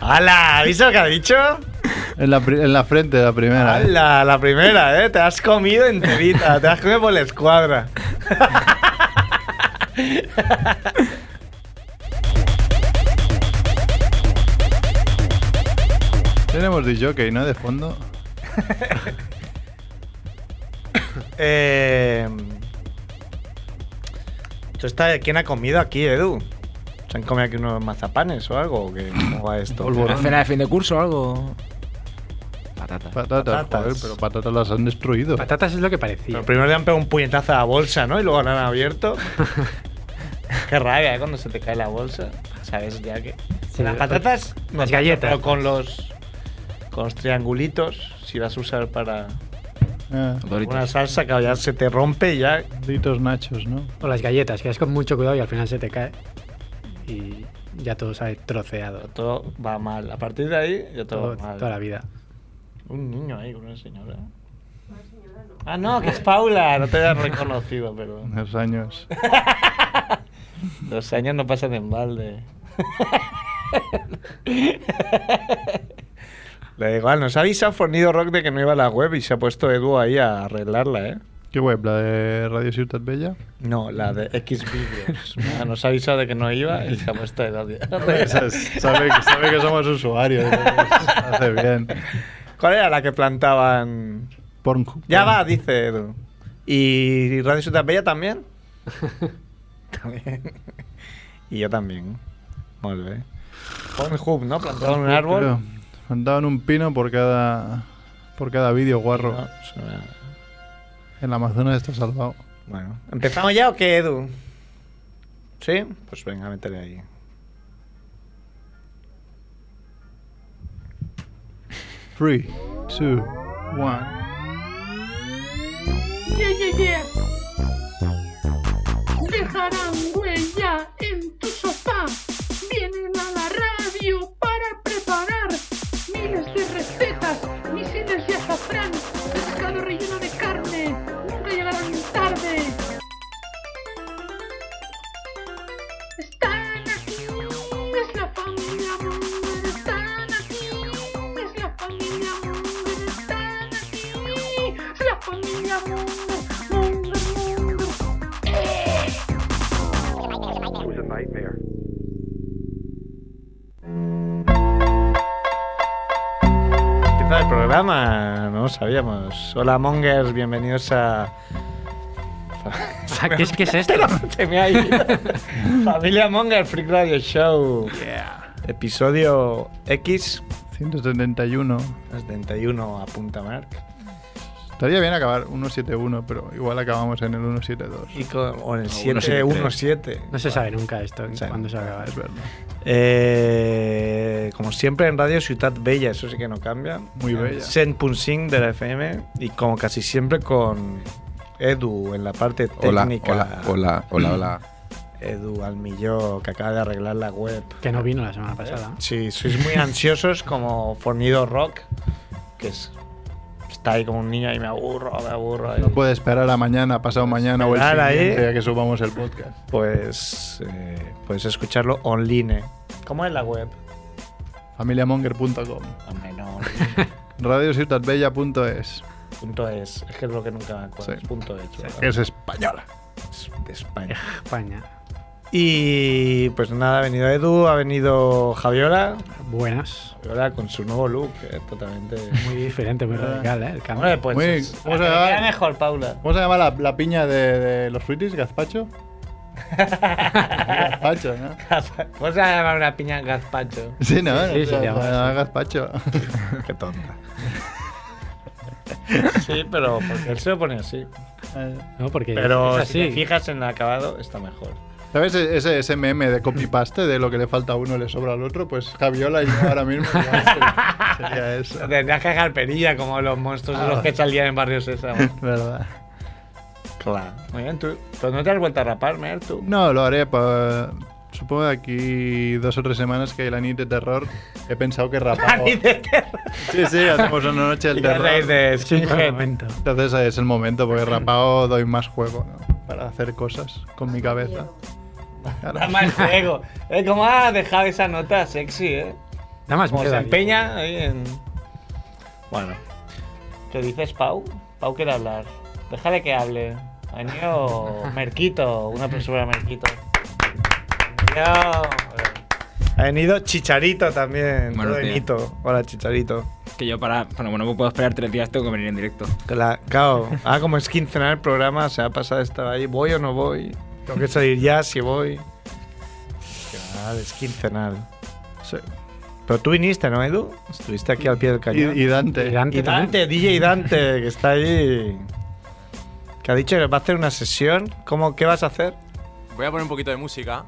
¡Hala! ¿Viste lo que ha dicho? En la, pri- en la frente, la primera. ¿eh? ¡Hala! La primera, ¿eh? Te has comido enterita. Te has comido por la escuadra. Tenemos disjockey, ¿no? De fondo. Eh, ¿tú está, ¿Quién ha comido aquí, Edu? ¿Se han comido aquí unos mazapanes o algo? ¿O qué? ¿Cómo va esto? Polvorón. ¿Una cena de fin de curso o algo? Patata. Patatas, Patatas. joder, pero patatas las han destruido. Patatas es lo que parecía. Pero primero le han pegado un puñetazo a la bolsa, ¿no? Y luego la han abierto. Qué rabia, ¿eh? Cuando se te cae la bolsa. Sabes ya que. Sí, eh, las pero- patatas. no las tanto, galletas. Pero con los. Con los triangulitos, si vas a usar para Eh, Doritos. una salsa que ya se te rompe y ya. Ditos nachos, ¿no? O las galletas, que es con mucho cuidado y al final se te cae. Y ya todo sale troceado. Todo va mal. A partir de ahí, ya todo, Todo- va mal. toda la vida. Un niño ahí con una señora. Ah, no, que es Paula. No te había reconocido, perdón. Unos años. Los años no pasan en balde. Le da igual, nos ha avisado Fornido Rock de que no iba a la web y se ha puesto Edu ahí a arreglarla, ¿eh? ¿Qué web? ¿La de Radio Ciudad Bella? No, la de X Videos. Nos ha avisado de que no iba y se ha puesto Edu. a Esa- sabe, que- sabe que somos usuarios. entonces, Hace bien. ¿Cuál era la que plantaban? Pornhub. Ya va, dice Edu. ¿Y Radio Ciudad Bella también? también. y yo también. Molt bé. Pornhub, ¿no? Plantaban un árbol. Pero Mandaban un pino por cada por cada vídeo guarro. No, suena- El Amazonas está salvado. Bueno, ¿empezamos ya o qué, Edu? ¿Sí? Pues venga, meteré ahí. Three, two, one. Yeah, yeah, yeah. Dejarán huella en tu sofá. Vienen a la radio para preparar miles de recetas, misiles de azafrán, pescado relleno de carne. Nunca llegarán tarde. Están aquí, es la familia Munger. Están aquí, es la familia Munger. Están aquí, es la familia Munger. Munger, Munger. Empieza el programa, no lo sabíamos. Hola, Mongers, bienvenidos a... O sea, ¿Qué es, qué es esto? Se me ha ido. Familia Monger, Freak Radio Show. Episodio X, 171. 71 apunta Mark. Estaría bien acabar 171, pero igual acabamos en el 172. Y con, o en el 173. 717. No se sabe nunca esto, No sé. cuándo se acaba. Es verdad. Eh, como siempre en Radio Ciudad Bella, eso sí que no cambia. Muy En bella. 100.5 de la FM y como casi siempre con Edu en la parte Hola, técnica. hola, hola, hola, hola. Edu Almilló que acaba de arreglar la web. Que no vino la semana pasada. Si sois muy ansiosos como Fornido Rock, que es, está ahí como un niño y me aburro, me aburro. ahí. No puede esperar a mañana, pasado mañana o el Esperar ahí. siguiente a que subamos el podcast. Pues eh, puedes escucharlo online. ¿Cómo es la web? Familiamonger.com Hombre, no. Radiociudadbella.es punto es. Es que es lo que nunca me acuerdo. Sí. Es punto es. ¿verdad? Es española. Es de España. España. Y pues nada, ha venido Edu, ha venido Javiola. Buenas. Javiola con su nuevo look, eh, totalmente. Muy diferente, muy radical, ¿eh? El cambio. Hombre, pues. Muy- es- vamos la a que dar- le queda mejor, Paula. ¿Cómo se llama la, la piña de, de los fruitis? ¿Gazpacho? Gazpacho, ¿no? Vamos a llamar una piña gazpacho. Sí, no, sí, sí, no, ya no, va, no, sí. gazpacho. Qué tonta. Sí, pero porque él se lo pone así. ¿no? Porque Pero es si te así. fijas en el acabado, está mejor. ¿Sabes ese, ese meme de copy-paste de lo que le falta a uno le sobra al otro? Pues Javiola y yo ahora mismo ya sería, sería eso. Tendrás que dejar perilla como los monstruos de los que salían en Barrio Sésamo. ¿Verdad? Claro. Muy bien, tú. Pero no te has vuelto a rapar, Mer, tú. No, lo haré pa- Supongo de aquí dos o tres semanas que hay la nit de terror. He pensado que rapado. Ni de terror. Sí, sí, hacemos una noche del Y te reís terror. de Sí, por el skinhead. momento. Entonces es el momento, porque rapado doy más juego ¿no? para hacer cosas con mi cabeza. Claro. Da más juego. Es como ha dejado esa nota sexy, ¿eh? Nada más Como miedo se a mí. empeña ahí en... Bueno. ¿Qué dices, Pau? Pau quiere hablar. Déjale que hable. Ha venido Merquito, una persona Merquito. Yo. Ha venido Chicharito también. Buenos todo días. Benito. Hola, Chicharito. Que yo para. Bueno, bueno, me puedo esperar tres días, tengo que venir en directo. Que la- claro, ah, como es quincenal el programa, se ha pasado estar ahí. ¿Voy o no voy? Tengo que salir ya si voy. Qué mal, es quincenal. Sí. Pero tú viniste, ¿no, Edu? Estuviste aquí al pie del Y, cañón. y Dante. Y Dante Y también. Dante, DJ Dante, que está allí. Que ha dicho que va a hacer una sesión. ¿Cómo, ¿Qué vas a hacer? Voy a poner un poquito de música.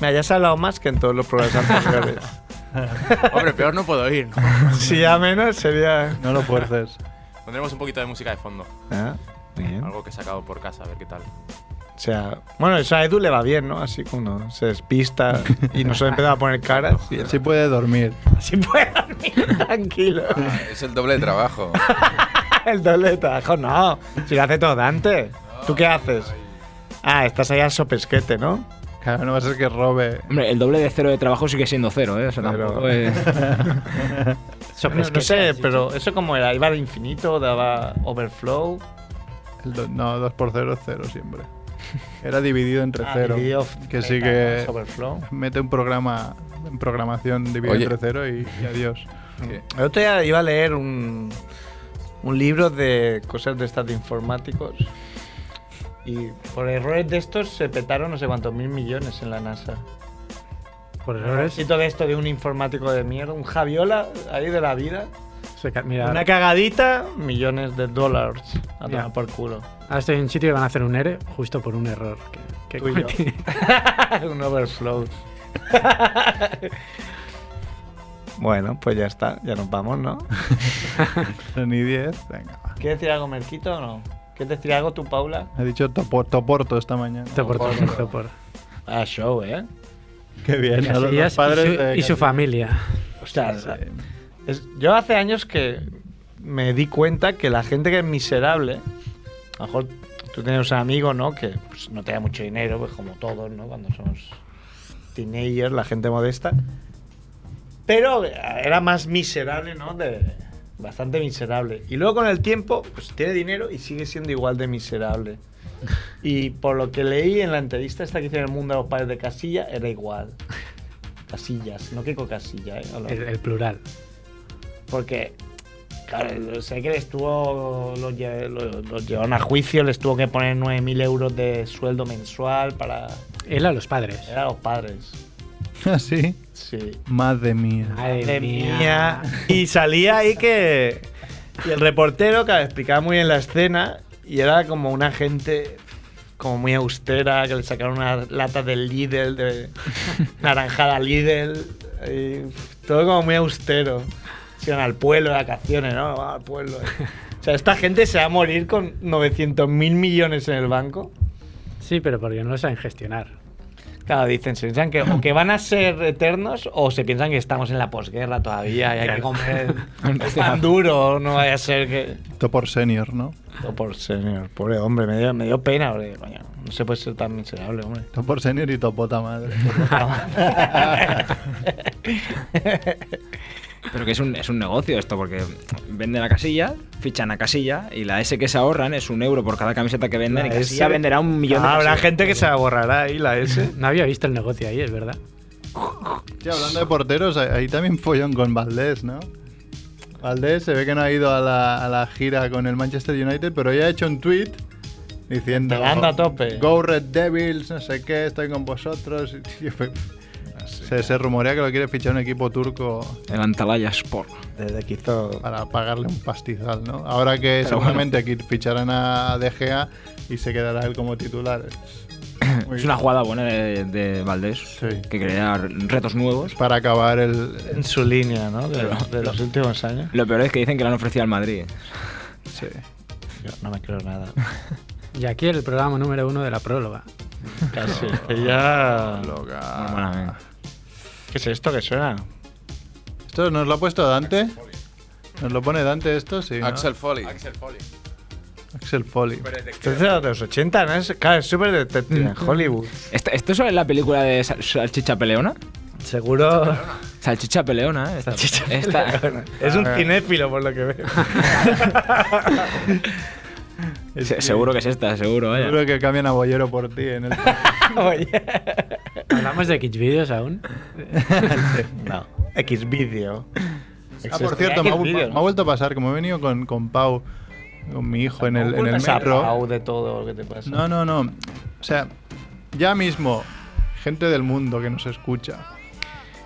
Mira, ya has hablado más que en todos los programas anteriores. Hombre, peor no puedo ir, ¿no? si ya menos sería. No lo fuerces. Pondremos un poquito de música de fondo. Ah, bien. Algo que he sacado por casa, a ver qué tal. O sea, bueno, eso a Edu le va bien, ¿no? Así que uno se despista y nos empezado a poner caras. Y Sí puede dormir. así puede dormir tranquilo. Es el doble de trabajo. El doble de trabajo, no. Si lo hace todo Dante. ¿Tú qué haces? Ah, estás ahí al sopesquete, ¿no? Claro, no va a ser que robe. Hombre, el doble de cero de trabajo sigue siendo cero, ¿eh? O sea, Pero- tampoco es. pues, no, no sé, pero ¿eso cómo era? ¿Iba de infinito? ¿Daba overflow? El do- no, 2 por 0 es 0 siempre. Era dividido entre Ah, 0. dividido que beta, sí que ¿no? Overflow. mete un programa en programación dividido Oye. entre 0 y, y adiós. Sí. El otro día iba a leer un, un libro de cosas de estas de informáticos. Y por errores de estos se petaron no sé cuántos mil millones en la NASA. Por Y errores. todo esto de un informático de mierda, un Javiola ahí de la vida. se ca- Mira, Una cagadita, millones de dólares. A tomar Mira. por culo. ahora estoy en un sitio y van a hacer un ERE justo por un error que, que Tú y yo. cometí. un overflow. bueno, pues ya está, ya nos vamos, ¿no? Ni 10, venga. va. ¿Quieres decir algo, Merquito, o no? ¿Quieres decir algo tú, Paula? He dicho topor- Toporto esta mañana. Esto por- Por- esto por- Ah, show, ¿eh? Qué bien. a los- Casillas los padres y su, de y su Casillas. familia. O sea, Sí. es- yo hace años que me di cuenta que la gente que es miserable, a lo mejor tú tienes un amigo, ¿no? Que pues, no te da mucho dinero, pues como todos, ¿no? Cuando somos teenagers, la gente modesta. Pero eh, era más miserable, ¿no? De, bastante miserable. Y luego con el tiempo, pues tiene dinero y sigue siendo igual de miserable. Y por lo que leí en la entrevista esta que hicieron en el mundo a los padres de Casilla, era igual. Casillas, no Kiko Casilla, ¿eh? Hola. El, el plural. Porque, claro, sé que les tuvo, los, lle- lo- los llevaron a juicio, les tuvo que poner 9.000 euros de sueldo mensual para. Él a los padres. Era a los padres. Ah, sí. Sí. Madre mía. Madre Madre mía. mía. Y salía ahí que. Y el reportero, que explicaba muy bien la escena, y era como una gente como muy austera, que le sacaron una lata del Lidl, de naranjada Lidl, y todo como muy austero. Se iban al pueblo de vacaciones, ¿no? Vamos al pueblo. O sea, esta gente se va a morir con 900 mil millones en el banco. Sí, pero porque no lo saben gestionar. Claro, dicen, se piensan que o que van a ser eternos o se piensan que estamos en la posguerra todavía y hay que comer pan duro, no vaya a ser que... Topor senior, ¿no? No, por señor, pobre hombre, me dio, me dio pena, hombre, coño, no se puede ser tan miserable, hombre. Topor senior y topota madre. Pero que es un, es un negocio esto, porque venden a casilla, fichan a casilla y la S que se ahorran es un euro por cada camiseta que venden La y casilla S. venderá un millón de Ah, habrá casillas. gente que se borrará ahí la S. No había visto el negocio ahí, es verdad. Sí, hablando de porteros, ahí- ahí también follón con Valdés, ¿no? Valdés se ve que no ha ido a la, a la gira con el Manchester United, pero ya ha hecho un tweet diciendo... Pegando a tope. Go Red Devils, no sé qué, estoy con vosotros. Y fue- se, se rumorea que lo quiere fichar un equipo turco El Antalaya Sport. Desde que hizo... para pagarle un pastizal, ¿no? Ahora que Pero seguramente aquí ficharán a De Gea y se quedará él como titular. Muy es bien. una jugada buena de, de Valdés, Sí. que crea retos nuevos. Para acabar el... En su línea, ¿no? De, de los últimos años. Lo peor es que dicen que lo han ofrecido al Madrid. sí. Yo no me creo nada. Y aquí el programa número uno de la próloga. Casi. Que ya... Loca. Ah. Normalmente. ¿Qué es esto que suena? ¿Esto nos lo ha puesto Dante? ¿Nos lo pone Dante esto? Sí. ¿no? Axel Foley. Axel Foley. Axel Foley. Esto es de los 80, ¿no? Es, claro, es súper detective en Hollywood. ¿Esto, ¿Esto es la película de Sal- Salchicha Peleona? Seguro. Salchicha peleona, ¿eh? Esta- Salchicha esta- Es un cinéfilo, por lo que veo. Se- seguro que es esta, seguro, vaya. Seguro que cambian a Bollero por ti en el. Ah, Oye. ¿Hablamos de Xvideos aún? No. X vídeo. Ah, por cierto, me ha, vu- me ha vuelto a pasar, como he venido con, con Pau, con mi hijo Pues en el, en el metro. de todo lo que te pasa. No, no, no. O sea, ya mismo, gente del mundo que nos escucha,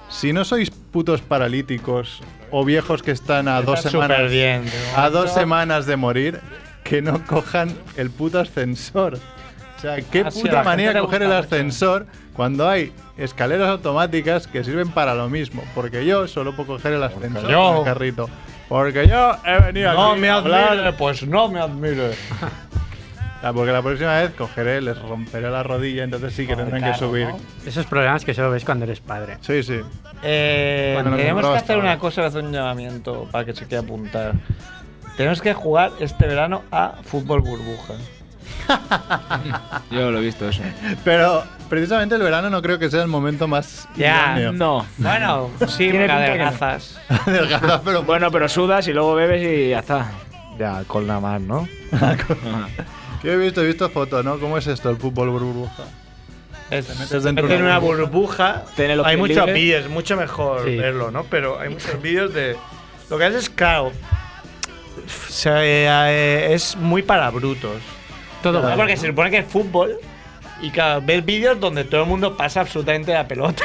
si no sois putos paralíticos o viejos que están a dos semanas, bien. a dos semanas de morir, que no cojan el puto ascensor. O sea, qué Ah, sí, puta a la gente manía le coger el gusta mucho. ascensor cuando hay escaleras automáticas que sirven para lo mismo. Porque yo solo puedo coger el ascensor yo. con el carrito. Porque yo he venido No aquí me a hablar admire, pues no me admire. Ah, porque la próxima vez cogeré, les romperé la rodilla, entonces sí que Hombre, tendrán que Ah, claro, subir. ¿no? Esos programas que solo ves cuando eres padre. Sí, sí. Eh, Bueno, lo tenemos que comprabas hacer ahora. una cosa, hacer un llamamiento para que se quede apuntar. Tenemos que jugar este verano a fútbol burbuja. Yo lo he visto eso. Pero precisamente el verano no creo que sea el momento más Ya, idóneo. No. Bueno, sí, Tiene pinta porque que no. adelgazas. Adelgazas, pero Bueno, pero sudas y luego bebes y ya está. Ya, con la más, ¿no? Ajá. yo he visto, he visto fotos, ¿no? ¿Cómo es esto, el fútbol burbuja? Es, metes dentro meten de una una burbuja. Tiene los Hay pies muchos libres. vídeos, mucho mejor Sí. verlo, ¿no? Pero hay muchos vídeos de. Lo que hace es, claro. se- eh, es muy para brutos. Todo No, vale, porque ¿no? se supone que es fútbol y claro, ves vídeos donde todo el mundo pasa absolutamente la pelota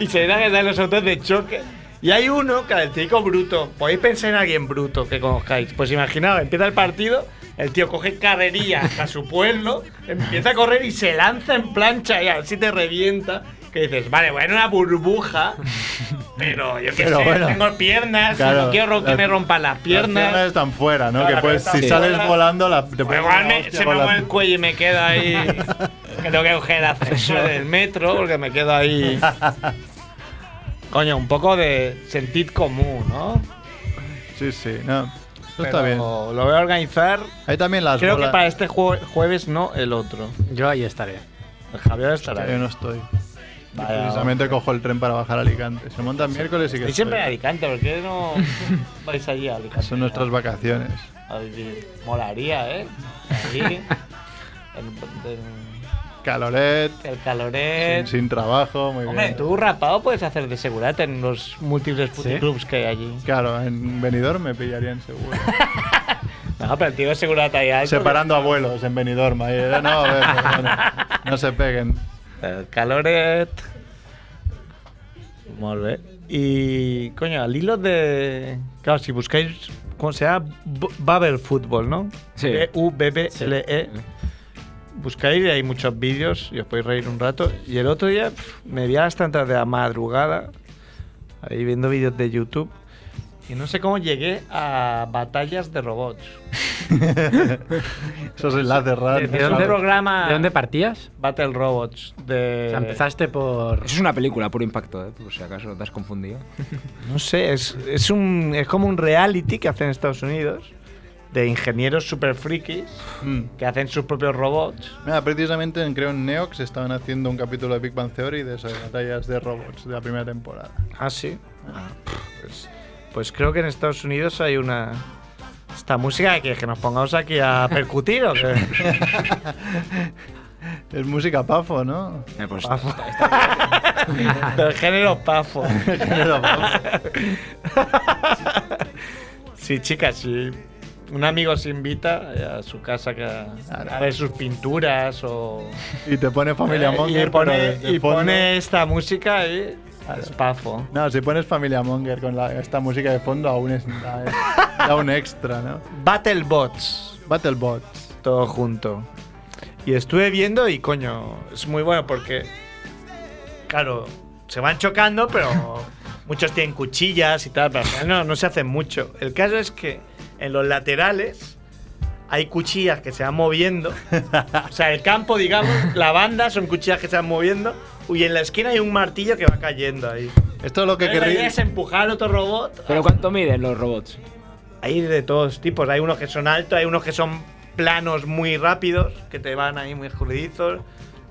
y se dan a dar los autos de choque. Y hay uno, claro, el típico bruto. Podéis pensar en alguien bruto que conozcáis. Pues imaginaos, empieza el partido, el tío coge carrería a su pueblo, empieza a correr y se lanza en plancha y así te revienta. Que dices, vale, bueno, una burbuja, pero yo qué Pero sé, bueno. tengo piernas, Claro, no quiero que las- me rompan las Las piernas. piernas están fuera, ¿no? Claro, que las pues piernas si están sales fuera. volando, la, te Pues pegas igual una me- hostia se me con la- mueve el cuello y me quedo ahí. que tengo que coger el ascensor del metro porque me quedo ahí. Coño, un poco de sentir común, ¿no? Sí, sí, no. Eso Pero está bien. Lo voy a organizar. Hay también las Creo que bolas. para este jue- jueves no el otro. Yo ahí estaré. El Javier Hostia, estará. Yo ahí. no estoy. Yo Vaya, precisamente cojo el tren para bajar a Alicante. Se monta miércoles y que Y siempre en estoy. Alicante, ¿por qué no vais allí a Alicante? Son nuestras vacaciones. A vivir. Molaría, ¿eh? Ahí. el, Caloret, el- el caloret. sin, sin trabajo, muy Hombre, bien. tú rapado puedes hacer de segurata en los múltiples clubs que hay allí. Claro, en Benidorm me pillarían seguro. No, pero el tío de segurata ya hay. Separando abuelos en Benidorm. ahí, eh, No, a ver, perdona, no se peguen. El caloret. Molt bé. Y, coño, al hilo de... Claro, si buscáis... ¿Cómo se llama? B- Bubble Football, ¿no? Sí. B-U-B-B-L-E. Buscáis y hay muchos vídeos y os podéis reír un rato. Y el otro día pf, me vi a las tantas de la madrugada ahí viendo vídeos de YouTube y no sé cómo llegué a batallas de robots. Esos enlaces raros. Es un dónde- programa ¿De dónde partías? Battle Robots O de... Eh. sea, empezaste por. Eso es una película, puro impacto, ¿eh? Por si acaso te has confundido. No sé, es, es, un, es como un reality que hacen en Estados Unidos de ingenieros super frikis Mm. que hacen sus propios robots. Mira, precisamente en, creo en Neox estaban haciendo un capítulo de Big Bang Theory de esas batallas de robots de la primera temporada. Ah, sí. pues, pues creo que en Estados Unidos hay una. Esta música que, que nos pongamos aquí a percutir o qué. Es música pafo, ¿no? Eh, pues, Ah, Del género pafo. Género pafo. Sí, chicas, si un amigo se invita eh, a su casa que a, a ver sus pinturas o. y te pone Familia Eh, Monger. y pone, pero de y fondo. pone esta música ahí. Es pafo. No, si pones Familia Monger con la- esta música de fondo, aún es, da, da un extra, ¿no? Battlebots. Battlebots. Todo junto. Y estuve viendo y coño, es muy bueno porque. Claro, se van chocando, pero muchos tienen cuchillas y tal, pero al final no, no se hacen mucho. El caso es que en los laterales hay cuchillas que se van moviendo. O sea, el campo, digamos, la banda son cuchillas que se van moviendo. Y en la esquina hay un martillo que va cayendo ahí. Esto es lo que Entonces, la idea querría. es empujar otro robot ¿Pero cuánto miden los robots? Hay de todos tipos. Hay unos que son altos, hay unos que son planos muy rápidos, que te van ahí muy escurridizos.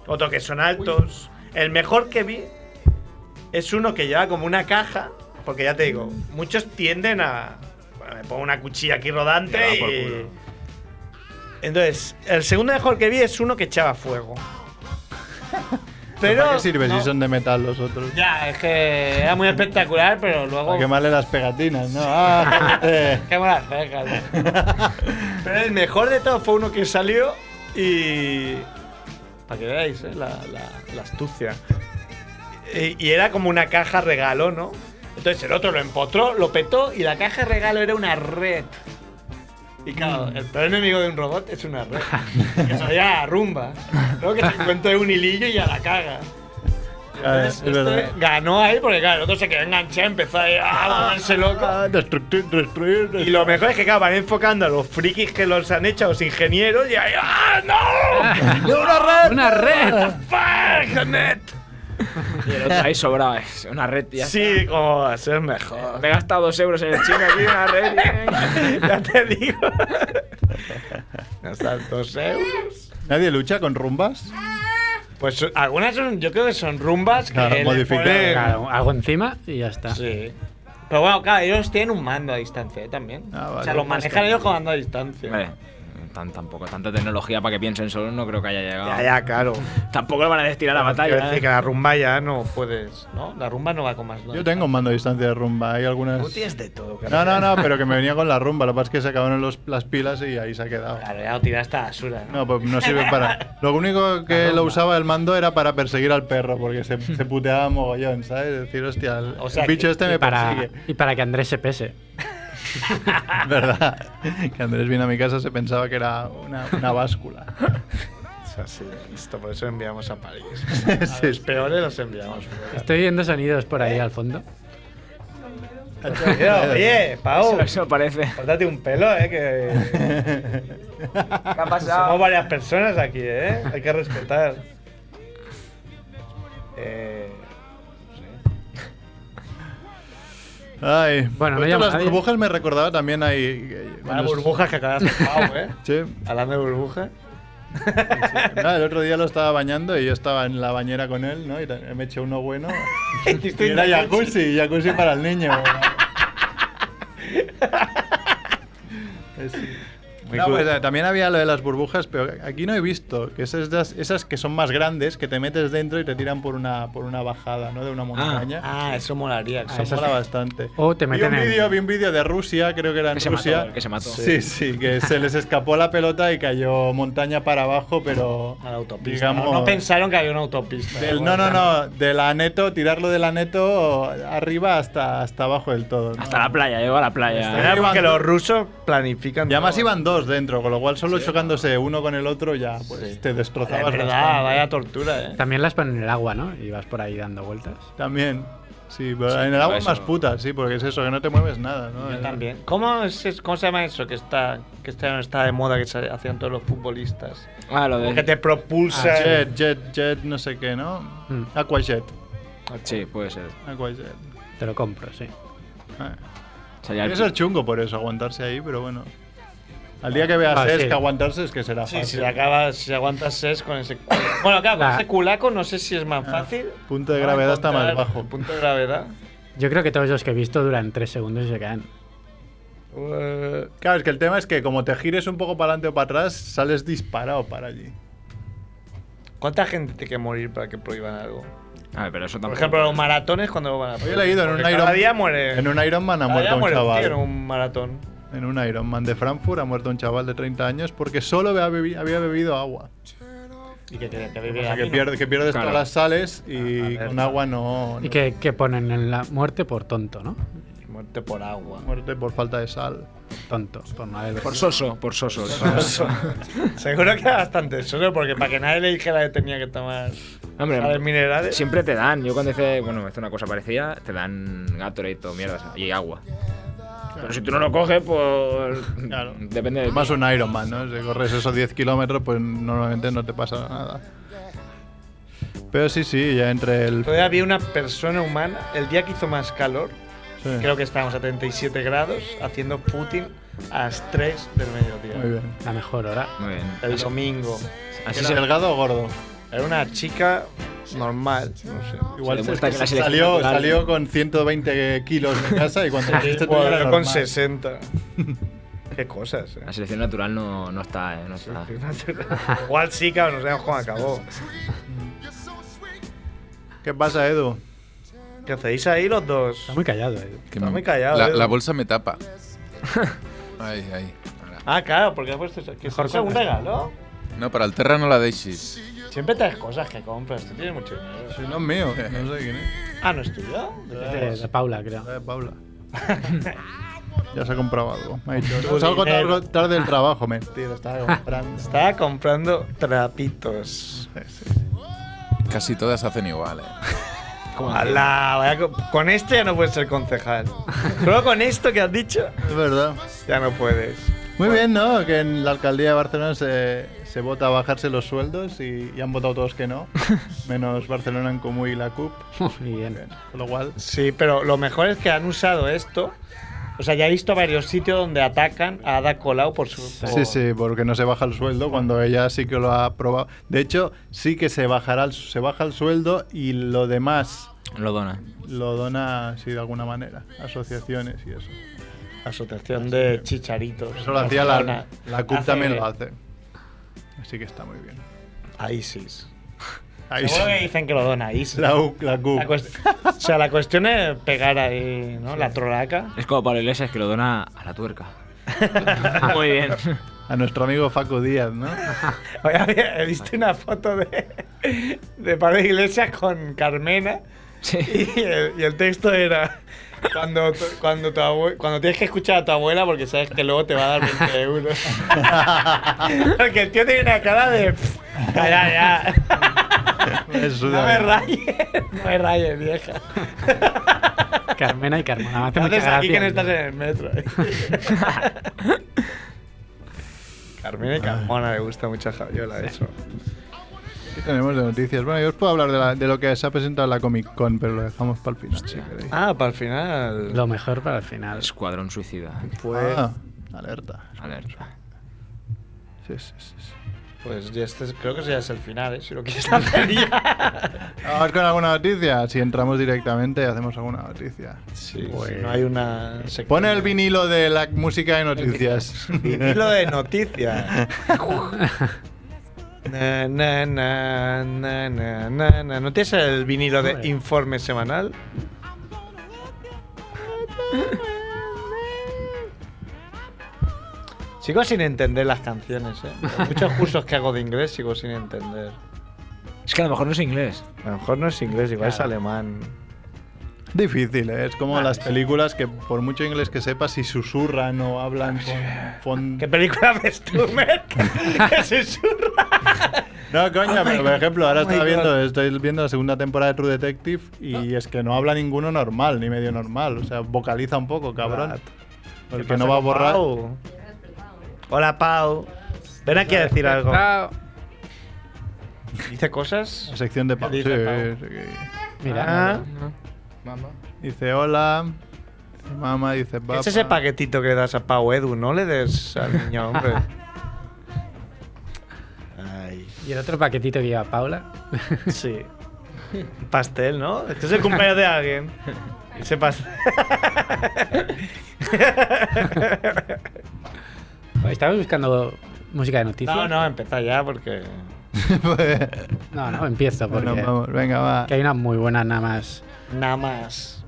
Otros que son altos. El mejor que vi es uno que lleva como una caja, porque ya te digo, muchos tienden a. Bueno, me pongo una cuchilla aquí rodante Ya, por y- culo. Entonces, el segundo mejor que vi es uno que echaba fuego. Pero. ¿Para qué sirve no. si son de metal los otros? Ya, es que era muy espectacular, pero luego. Para quemarle las pegatinas, ¿no? Ah, gente. Qué buenas cejas. eh. Pero el mejor de todo fue uno que salió y. Para que veáis, ¿eh? la, la- la astucia. Y, y era como una caja regalo, ¿no? Entonces el otro lo empotró, lo petó y la caja regalo era una red. Y claro, el peor enemigo de un robot es una red. que se vaya a rumba. Luego que se encuentre un hilillo y a la caga. Ah, Entonces, es este verdad. ganó ahí porque claro, el otro se quedó enganchado, empezó ahí a volverse loco. Ah, destructir, destruir, Y destruir. lo mejor es que claro, van enfocando a los frikis que los han hecho, a los ingenieros, y ahí, ¡ah, no! ¡De una red! ¡Una red! ¡Fuck, net! Y el otro ahí sobraba. es Una red, ya. Sí, como a ser está. mejor. Me he gastado dos euros en el chino aquí, una red. y- ya te digo. Hasta dos euros. ¿Nadie lucha con rumbas? Pues algunas son, yo creo que son rumbas que Claro, le modificadas. ponen- Claro, algo encima y ya está. Sí. Pero bueno, claro, ellos tienen un mando a distancia ¿eh? también. Ah, o vale, sea, los un manejan mando. ellos con mando a distancia. Hombre, tan, tampoco, tanta tecnología para que piensen solo no creo que haya llegado. Ya, ya, claro. Tampoco lo van a destilar a la Quiero batalla. decir que ¿eh? Ah. la rumba ya no puedes, ¿no? La rumba no va con más. Yo tengo un mando a distancia de rumba. Hay algunas. Tú tienes de todo, No, no, no, pero que me venía con la rumba. Lo que pasa es que se acabaron los- las pilas y ahí se ha quedado. Claro, ya lo tiraste a la basura. ¿no? No, pues no sirve para. Lo único que lo usaba el mando era para perseguir al perro, porque se, se puteaba mogollón, ¿sabes? Decir, hostia, el, O sea, el bicho que- este Y me para, persigue. y para que Andrés se pese. ¿Verdad? Que Andrés vino a mi casa se pensaba que era una, una báscula. Es así, listo, por eso enviamos a París. Sí, A los peores los enviamos. Estoy viendo sonidos por Eh. ahí al fondo. Oye, Pau, Eso, eso parece. cortate un pelo, eh, que ¿Qué ha somos varias personas aquí, eh. Hay que respetar. Eh, Ay, Bueno, no esto llama las nadie. burbujas me recordaba también ahí. que- las cuando- burbujas que acabas de hacer, Pau, eh. Sí. Hablando de burbujas. Nada, el otro día lo estaba bañando y yo estaba en la bañera con él, ¿no? Y ta- me eché uno bueno. Y era jacuzzi, jacuzzi para el niño. Eh, sí. Muy No, cool. pues, eh, también había lo de las burbujas, pero aquí no he visto, que esas, das- esas que son más grandes, que te metes dentro y te tiran por una, por una bajada, ¿no? De una montaña. Ah, eso molaría. Ah, Eso esas- mola bastante. O te vi meten un en- vídeo, vi un vídeo de Rusia, creo que era en Que se Rusia. mató, que se mató. Sí, sí, que se les escapó la pelota y cayó montaña para abajo, pero A la autopista. digamos, No pensaron que había una autopista. del- no, no, no, del aneto, tirarlo del aneto arriba hasta, hasta abajo del todo. ¿no? Hasta la playa, llegó a la Era playa. porque los rusos planifican. Y además todo. iban dos dentro, con lo cual solo chocándose uno con el otro ya pues, Sí. te Es destrozabas verdad, bastante. vaya tortura, eh. También las ponen en el agua, ¿no? Y vas por ahí dando vueltas. También. Sí, pero en el agua eso más no. puta, sí, porque es eso, que no te mueves nada, ¿no? Eh, Yo también. ¿Cómo, es, es- cómo se llama eso que está que está, está de moda que se hacían todos los futbolistas? Ah, lo Que de. te propulsa. Jet, jet, jet, no sé qué, ¿no? Mm. Aquajet. Sí, puede ser. Aquajet. Te lo compro, sí. Ah. Sería el- Debe ser chungo por eso, aguantarse ahí, pero bueno. Al día que veas Ah, es sí. que aguantarse es que será Sí, fácil. si, acabas, si aguantas es con ese culo. Bueno, claro, con Ah. ese culaco no sé si es más Ah, fácil. punto de gravedad está más Encontrar bajo. el Punto de gravedad. Yo creo que todos los que he visto duran tres segundos y se caen. Eh, Claro, es que el tema es que como te gires un poco para adelante o para atrás, sales disparado para allí. ¿Cuánta gente tiene que morir para que prohíban algo? A ver, Ah, pero eso Por tampoco. ejemplo, los maratones, cuando lo van a Hoy he prohibir? leído en Porque un Iron Cada día muere. En un Iron Man ha cada muerto día un muere tío chaval. en un maratón. En un Iron Man de Frankfurt ha muerto un chaval de 30 años porque solo había bebi- había bebido agua. Y que, que, que O vive sea, ahí, que, ¿no? pierde- que pierdes Claro. todas las sales y ver. con agua no. Y no. que, que ponen en la muerte por tonto, ¿no? Muerte por agua. Muerte por falta de sal. Tonto, por no haber Por soso, por soso. Seguro que era bastante solo, porque para que nadie le dijera que tenía que tomar Hombre, sales minerales. Siempre te dan, yo cuando hice, bueno, me hice una cosa parecida, te dan Gatorade o mierdas y agua. Pero si tú no lo coges, pues. Claro. Depende de. Más un Iron Man, ¿no? Si corres esos 10 kilómetros, pues normalmente no te pasa nada. Pero sí, sí, ya entre el. Todavía había una persona humana el día que hizo más calor. sí, Creo que estábamos a 37 grados haciendo Putin a las 3 del mediodía. Muy bien. la mejor hora. Muy bien. El domingo. Así ¿Era se. delgado o gordo? Era una chica normal, no sé. Igual se, Demuestra que la selección salió, natural- salió con 120 kilos de casa y cuando viniste tú Igual este era con normal. 60. Qué cosas, eh. La selección natural no, no está, ¿eh? No está. Igual sí, cabrón, no sabemos cómo acabó. ¿Qué pasa, Edu? ¿Qué hacéis ahí los dos? Está muy callado. eh. Que Está me- muy callado, La, Edu. la bolsa me tapa. Ay, ay. Ahora. Ah, claro, porque has puesto eso. ¿Que Mejor es un compra. regalo? No, para el Terra no la deis. Siempre traes cosas que compras, tú tienes mucho dinero. Si no es mío, no sé quién es. Ah, ¿no es tuyo? ¿De qué De, te- de Paula, creo. La de Paula. ya se ha comprado algo. Me ha dicho, Tu salgo dinero". tarde, tarde del trabajo, mentira, estaba comprando. Estaba comprando trapitos. Casi todas hacen igual, eh. Ojalá, vaya co- con este ya no puedes ser concejal. Solo con esto que has dicho, es verdad. ya no puedes. Muy bien, ¿no? Que en la alcaldía de Barcelona se, se vota a bajarse los sueldos y, y han votado todos que no. Menos Barcelona en Comú y la CUP. Muy bien. Bien, Con lo cual, Sí, pero lo mejor es que han usado esto. O sea, ya he visto varios sitios donde atacan a Ada Colau por su. por- Sí, sí, porque no se baja el sueldo cuando ella sí que lo ha aprobado. De hecho, sí que se bajará, el- se baja el sueldo y lo demás Lo dona. lo dona, sí, de alguna manera, asociaciones y eso. Asociación de chicharitos. Eso lo hacía la, Barcelona. la CUP también Hace lo hace. Así que está muy bien. A ISIS. Ahí Seguro que sí. dicen que lo dona a ISIS. La, U- la CUP. La cuest- o sea, la cuestión es pegar ahí, ¿no? La trolaca. Es como Pablo Iglesias que lo dona a la tuerca. Muy bien. A nuestro amigo Facu Díaz, ¿no? Oye, había- he visto una foto de, de Pablo Iglesias con Carmena Sí. y el, y el texto era cuando, tu- cuando, tu abue- cuando tienes que escuchar a tu abuela porque sabes que luego te va a dar 20 euros. porque el tío tiene una cara de... "Pff, Ya, ya, ya. Me suda No me bien. rayes, no me rayes, vieja. Carmena y Carmona. Me hace ¿Qué mucha haces aquí gracia, que no estás tío. en el metro? Carmina y Carmona le gusta mucho a Javiola eso. ¿Qué tenemos de noticias? Bueno, yo os puedo hablar de, la- de lo que se ha presentado en la Comic Con, pero lo dejamos para el final, si queréis. Ah, para el final. Lo mejor para el final. Escuadrón suicida. Pues, Ah, alerta. Alerta. Sí, sí, sí. sí. pues ya este es- creo que ese ya es el final, ¿eh? si lo quieres hacer ya. Vamos con alguna noticia. Si entramos directamente, hacemos alguna noticia. Sí, Pues- si no hay una. sección- Pone el vinilo de la música de noticias. Vinilo de noticias. Na, na, na, na, na, na, na. ¿No tienes el vinilo de Hombre. informe semanal? Eh, Sigo sin entender las canciones, ¿eh? Muchos cursos que hago de inglés sigo sin entender. Es que a lo mejor no es inglés. A lo mejor no es inglés, igual es Claro. alemán. Difícil, ¿eh? es como las películas que por mucho inglés que sepas, si susurran o hablan con ¿Qué fon- película ves tú, Merck? ¡Que susurra! No, coño, Oh my pero por God, ejemplo, ahora oh estaba my viendo, God. Ah. estoy viendo la segunda temporada de True Detective y es que no habla ninguno normal, ni medio normal. O sea, vocaliza un poco, cabrón. What? Porque ¿Qué no pasa va a con borrar. Pau? Hola, Pau. Ven aquí a decir algo. Dice cosas. La sección de Pau. Dice sí, Pau. sí que- Mira, Ah, Dice hola, dice mamá, dice ¿qué papá. es ese paquetito que le das a Pau Edu, no le des al niño, hombre. Ay. y el otro paquetito que lleva Paula. Sí. Un pastel, ¿no? Es que es el cumpleaños de alguien. Ese pastel. Estabas buscando música de noticias. No, no, empieza ya porque. Pues, No, no, empiezo porque bueno, vamos, venga, va. que hay una muy buena nada más. Nada más.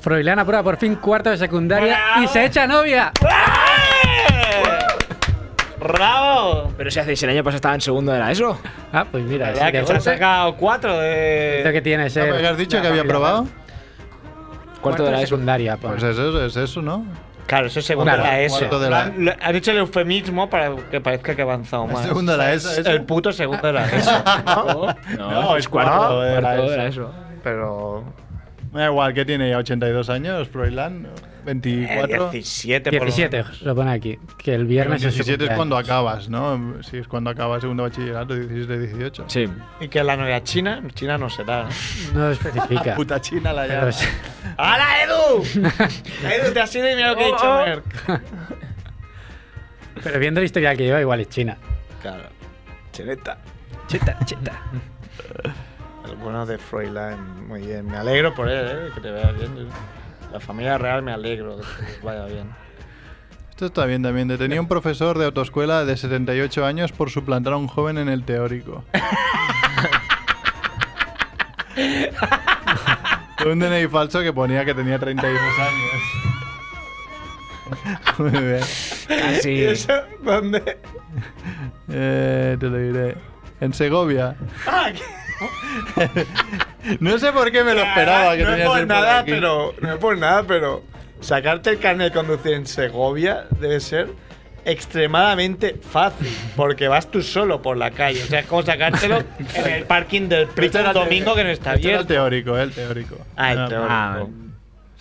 Froilán aprueba por fin cuarto de secundaria ¡Bravo! y se echa novia. ¡Eh! ¡Bravo! Pero si hace el año pasado estaba en segundo de la ESO. Ah, pues mira, La verdad ese que se ha sacado cuatro que de. tiene Ah, ser ¿pero qué has dicho que había probado? Cuarto de la ESO. secundaria, pues. Pues es eso, es eso, ¿no? Claro, eso es segundo Claro, de la S. cuarto de la- Han- lo- Han hecho el eufemismo para que parezca que ha avanzado El más. segundo de la ESO, eso. El puto segundo de la S. No, es ah, cuarto de la cuarto ESO. de la ESO. Pero. Me da igual, que tiene ya 82 años, Froilán? eh, 24. este, 17, por lo 17, menos. lo pone aquí. Que el viernes su 17 es cumpleaños. cuando acabas, ¿no? Sí, es cuando acabas segundo bachillerato, 17, 18. Sí. Y que la novia china, china no será. No especifica. Puta china la Pero llama. sí. ¡Hala, Edu! Oh, Edu, te has ido y mira lo que he dicho, Merck. Pero viendo la historia que lleva, igual es China. Claro. Chineta. Chita, chita. El Bueno, de Froilán, muy bien. Me alegro por él, ¿eh? que te vaya bien. La familia real me alegro de que les vaya bien. Esto está bien también. Detenía un profesor de autoescuela de 78 años por suplantar a un joven en el teórico. Con un DNI falso que ponía que tenía 32 años. Muy bien. ¿Y Casi. eso dónde? Eh, te lo diré. En Segovia. Ah, que- No sé por qué me lo esperaba que no tenía es que por ser nada, aquí. pero no es por nada, pero sacarte el carnet de conducir en Segovia debe ser extremadamente fácil, porque vas tú solo por la calle, o sea, es como sacártelo en el parking del Prix Este era un el te- domingo que no está este era el abierto. teórico, eh, el teórico. Ah, el Ah, teórico. Ah,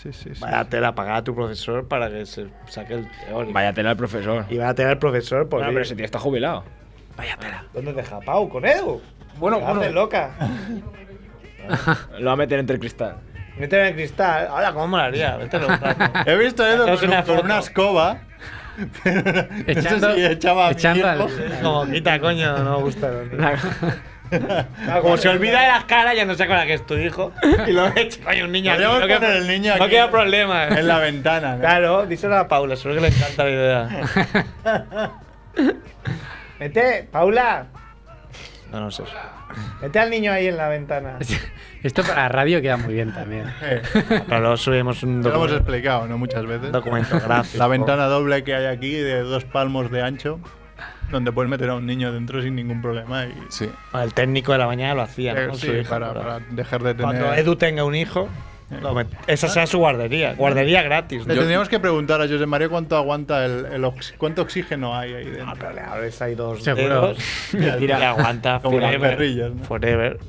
Sí, sí, sí. Vaya tela pagada a tu profesor para que se saque el teórico. vaya tela al profesor. Y va a tener al profesor por Bueno, ir. pero ese tío está jubilado. ¿Dónde deja a Pau con Edu? Bueno, ¿Qué bueno. haces, loca? Lo va a meter entre el cristal. Méteme en el cristal. Ahora, ¿cómo molaría? Mételo un rato. He visto a Edu Hacemos con, una un- con foto. una escoba. Pero no- Echando- no sé si echaba echando al- viejo. Como quita, coño, no me gusta. no, tío. Ah, Como se olvida de las caras, ya no se acuerda que es tu hijo. Y lo echa. Coño, un niño aquí. Podríamos No queda, poner el niño no aquí. queda problema. En la ventana. ¿no? Claro, díselo a Paula, seguro que le encanta la idea. Mete, Paula. No, no sé. Mete al niño ahí en la ventana. Esto para radio queda muy bien también. Eh, Pero luego subimos un lo hemos documento, explicado, ¿no? Muchas veces. un documento gráfico. La ventana doble que hay aquí de dos palmos de ancho, donde puedes meter a un niño dentro sin ningún problema. Y, Sí. El técnico de la mañana lo hacía, Eh, ¿no? sí, Su hija, para, pero- para dejar de tener. Eh. Cuando Edu tenga un hijo, lo met- esa sea su guardería. Guardería gratis. Le ¿no? tendríamos que preguntar a José María cuánto aguanta el, el ox- cuánto oxígeno hay ahí Ah, dentro. pero le abres ahí dos Seguro. dedos y Tira. le aguanta Como las forever. perrillas, ¿no? Forever.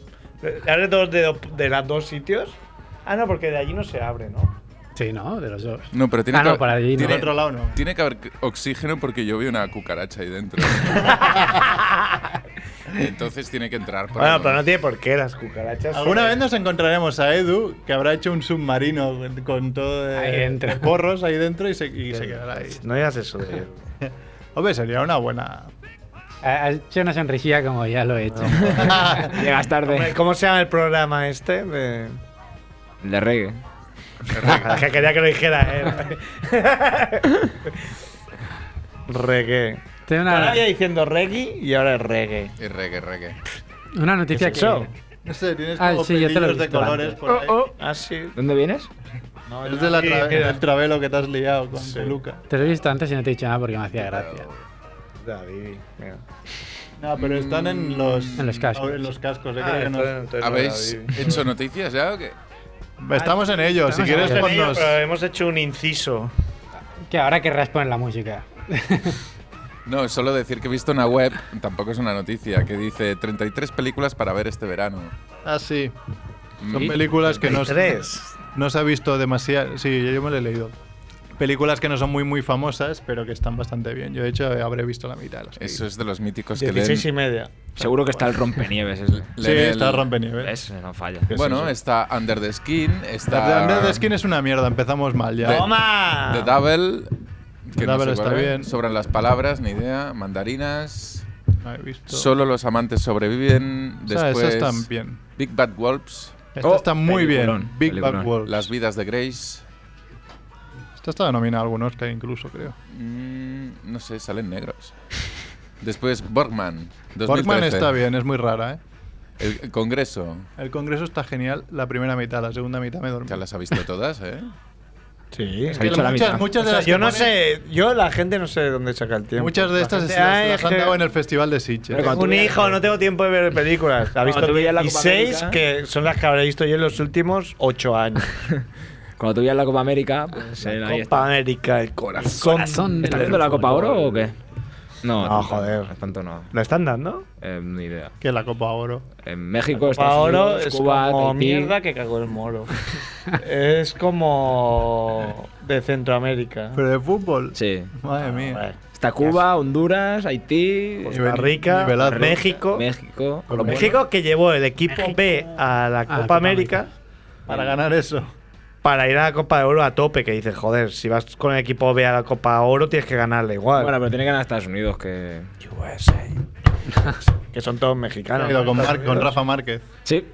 Le abres dos dedos de los dos sitios. Ah, no, porque de allí no se abre, ¿no? Sí, ¿no? De los dos. No, pero tiene Ah, que no, para allí no. Del tiene- otro lado no. Tiene que haber oxígeno porque yo vi una cucaracha ahí dentro. Entonces tiene que entrar por Bueno, algo. pero no tiene por qué las cucarachas. Alguna son- vez nos encontraremos a Edu, que habrá hecho un submarino con todo de, Ahí entra. de porros ahí dentro y se, y se quedará ahí. No digas eso de Hombre, sería una buena. Ha ha hecho una sonrisilla como ya lo he hecho. Llegas Hombre, tarde. ¿Cómo se llama el programa este? De... De reggae. que quería que lo dijera él. reggae. Tengo una, Ahora ya diciendo reggae y ahora es reggae. Y reggae, reggae. una noticia ¿Qué que. sexo? No sé, tienes Ah, como sí, yo te lo he pelillos de visto colores antes. Oh, por ahí. Ah, sí. ¿Dónde vienes? No, Es de la sí, tra- mira. del travelo que te has liado con peluca. Te lo he visto antes y no te he dicho nada porque me hacía gracia. David, mira. No, pero están en los, En los cascos. Mm. en los cascos, yo Ah, creo que no- entonces- entonces ¿Habéis no era David. hecho noticias ya o qué? Estamos en ello, si quieres Hemos tenido, ponnos. pero hemos hecho un inciso. Que ahora querrás poner la música. No, solo decir que he visto una web, tampoco es una noticia, que dice 33 películas para ver este verano. Ah, sí. Son ¿Y? películas que no, Tres. no se ha visto demasiado. Sí, yo me lo he leído. Películas que no son muy, muy famosas, pero que están bastante bien. Yo, de hecho, habré visto la mitad. de las que Eso es de los míticos que leen. 16 y media. Seguro que está el rompenieves ese. vi. Sí, leen el- está rompenieves. Ese no falla. Bueno, está Under the Skin, está. La de Under the Skin es una mierda, empezamos mal ya. De- ¡Toma! The Double. The Que no Double sé Ah. está cuál es. bien. Sobran las palabras, ni idea. Mandarinas. No he visto. Solo los amantes sobreviven. O sea, Después. esas están bien. Big Bad Wolves. Esta Oh, está muy bien. peliculón, Big Bad peliculón. Wolves. Las vidas de Grace. Esta está nominada a algún Oscar incluso, creo. mm, no sé, salen negros. Después Borgman. 2013. Borgman está bien, es muy rara, ¿eh? El, el Congreso. El Congreso está genial, la primera mitad, la segunda mitad me dormí. Ya las ha visto todas, ¿eh? Sí. Ha dicho la muchas, mitad. muchas de las yo que no ponen- sé, yo la gente no sé de dónde saca el tiempo. Muchas de La estas gente, se "Ay, las es han que dado en el Festival de Sitges. Pero Tengo un veías- hijo, no tengo tiempo de ver películas. Ha visto tú veías la Copa 16 América. que son las que habré visto yo en los últimos 8 años. Cuando tú veías la Copa América, pues él ahí Copa está. América, el corazón. Corazón. del ¿Estás viendo la fútbol. Copa Oro o qué? No, No, tanto- Ah, joder. Tanto no. ¿La están dando? Eh, ni idea. Que la Copa Oro. En México, Copa Estados Oro Unidos, es Cuba, como Tahití. mierda que cagó el moro. es como de Centroamérica. Pero de fútbol. Sí. Madre Ah, mía. Hombre, Está Cuba, Honduras, Haití, Pues, Costa Rica, Nivelazo. México. México. Ah, Con México que llevó el equipo B a la Copa, Copa América, América. Para ganar eso. para ir a la Copa de Oro a tope, que dices, joder, si vas con el equipo B a la Copa Oro tienes que ganarla igual. Bueno, pero tiene que ganar Estados Unidos, que. USA. que son todos mexicanos. He ido con, Mar- con Rafa Márquez. Sí.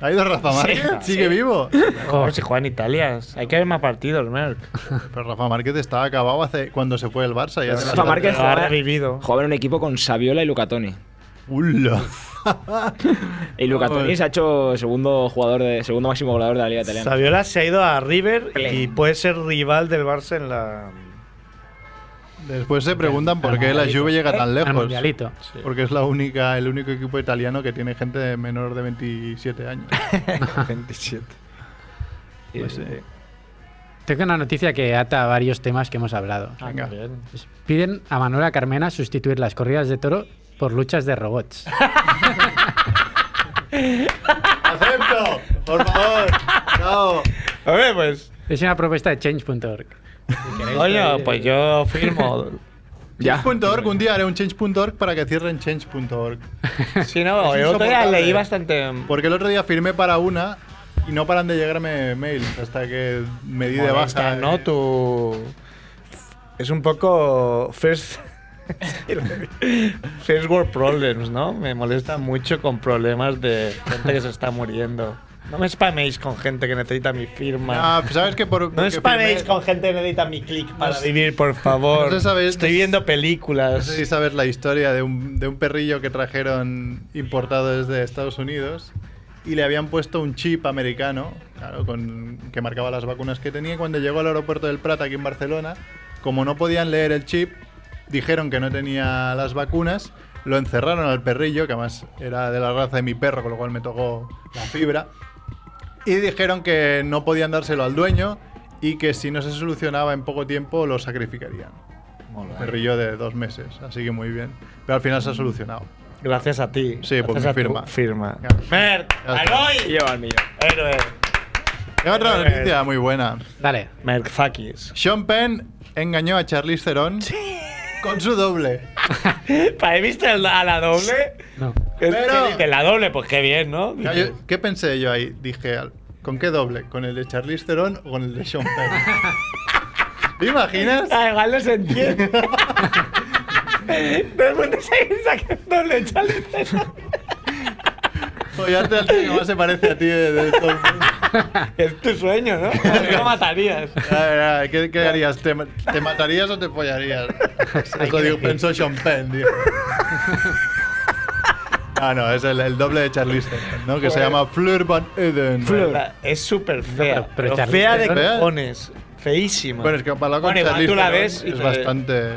¿Ha ido Rafa Márquez? Ah, ¿Sigue vivo? Joder, si juega en Italia. Hay que ver más partidos, Merck. Pero Rafa Márquez estaba acabado hace cuando se fue el Barça. Ya Rafa Márquez Lo ha jugaba, revivido. jugaba en un equipo con Saviola y Lucatoni. ¡Ula! Y Lucatoni Joder. se ha hecho segundo jugador de segundo máximo goleador de la Liga Italiana. Saviola se ha ido a River y Pleno. puede ser rival del Barça en la. Después se preguntan por Al qué la mundialito. Juve llega Al tan lejos. mundialito. Porque es la única, el único equipo italiano que tiene gente de menor de 27 años. 27. Pues, eh, Tengo una noticia que ata a varios temas que hemos hablado. Venga. Pues Piden a Manuela Carmena sustituir las corridas de toro por luchas de robots. ¡Acepto! ¡Por favor! ¡Chao! A ver, pues. Es una propuesta de change.org. Si queréis, Coño, podéis- pues yo firmo. Change.org, un día haré un change.org para que cierren change.org. Si no, Es el otro día insoportable. leí bastante. Porque el otro día firmé para una y no paran de llegarme mails hasta que me di de molesta, baja. ¿no? eh. Tu. Uh. Es un poco. First. first World Problems, ¿no? Me molesta mucho con problemas de gente que se está muriendo. No me spaméis con gente que necesita mi firma. Ah, ¿sabes qué? Por, no porque spaméis firmé- con gente que necesita mi click para vivir, por favor. no sé sabéis- Estoy viendo No películas. sé si sabes la historia de un, de un perrillo que trajeron importado desde Estados Unidos y le habían puesto un chip americano, claro, con, que marcaba las vacunas que tenía. Y cuando llegó al aeropuerto del Prat, aquí en Barcelona, como no podían leer el chip, dijeron que no tenía las vacunas, lo encerraron al perrillo, que además era de la raza de mi perro, con lo cual me tocó la fibra, y dijeron que no podían dárselo al dueño y que si no se solucionaba en poco tiempo lo sacrificarían. Un perrillo de dos meses, así que muy bien. Pero al final se ha solucionado. Gracias a ti. Sí, por Gracias mi a tu firma. eh. firma. Ya. Mert, Ya ¡al está. gol! Y yo al mío. Héroe. Tengo otra Eh, noticia muy buena. Dale. Mert Zakis. Sean Penn engañó a Charlize Theron con su doble. ¿Para ahí viste el- a la doble? No. Es Pero- que dice, la doble, pues qué bien, ¿no? Claro, Dices, yo- ¿Qué pensé yo ahí? Dije, al- ¿con qué doble? ¿Con el de Charlize Theron o con el de Sean Penn? ¿Te imaginas? Ah, igual no se entiende. Todo el mundo se piensa que es doble chale. Follarte al tío que más se parece a ti de, de todo el mundo. Es tu sueño, ¿no? ¿Cómo matarías? A ver, a ver, ¿qué, qué harías? ¿Te, ma- te matarías o te follarías? Eso digo, pensó Sean Penn, digo. Ah, no, es el, el doble de Charlize Theron, ¿no? Que se llama Fleur Van Eden. Es súper No, fea. pero- pero Pero, Charlize fea de Theron- cojones. Feísima. Bueno, es que para la con Bueno, igual Charlize tú la Theron ves y es te- bastante...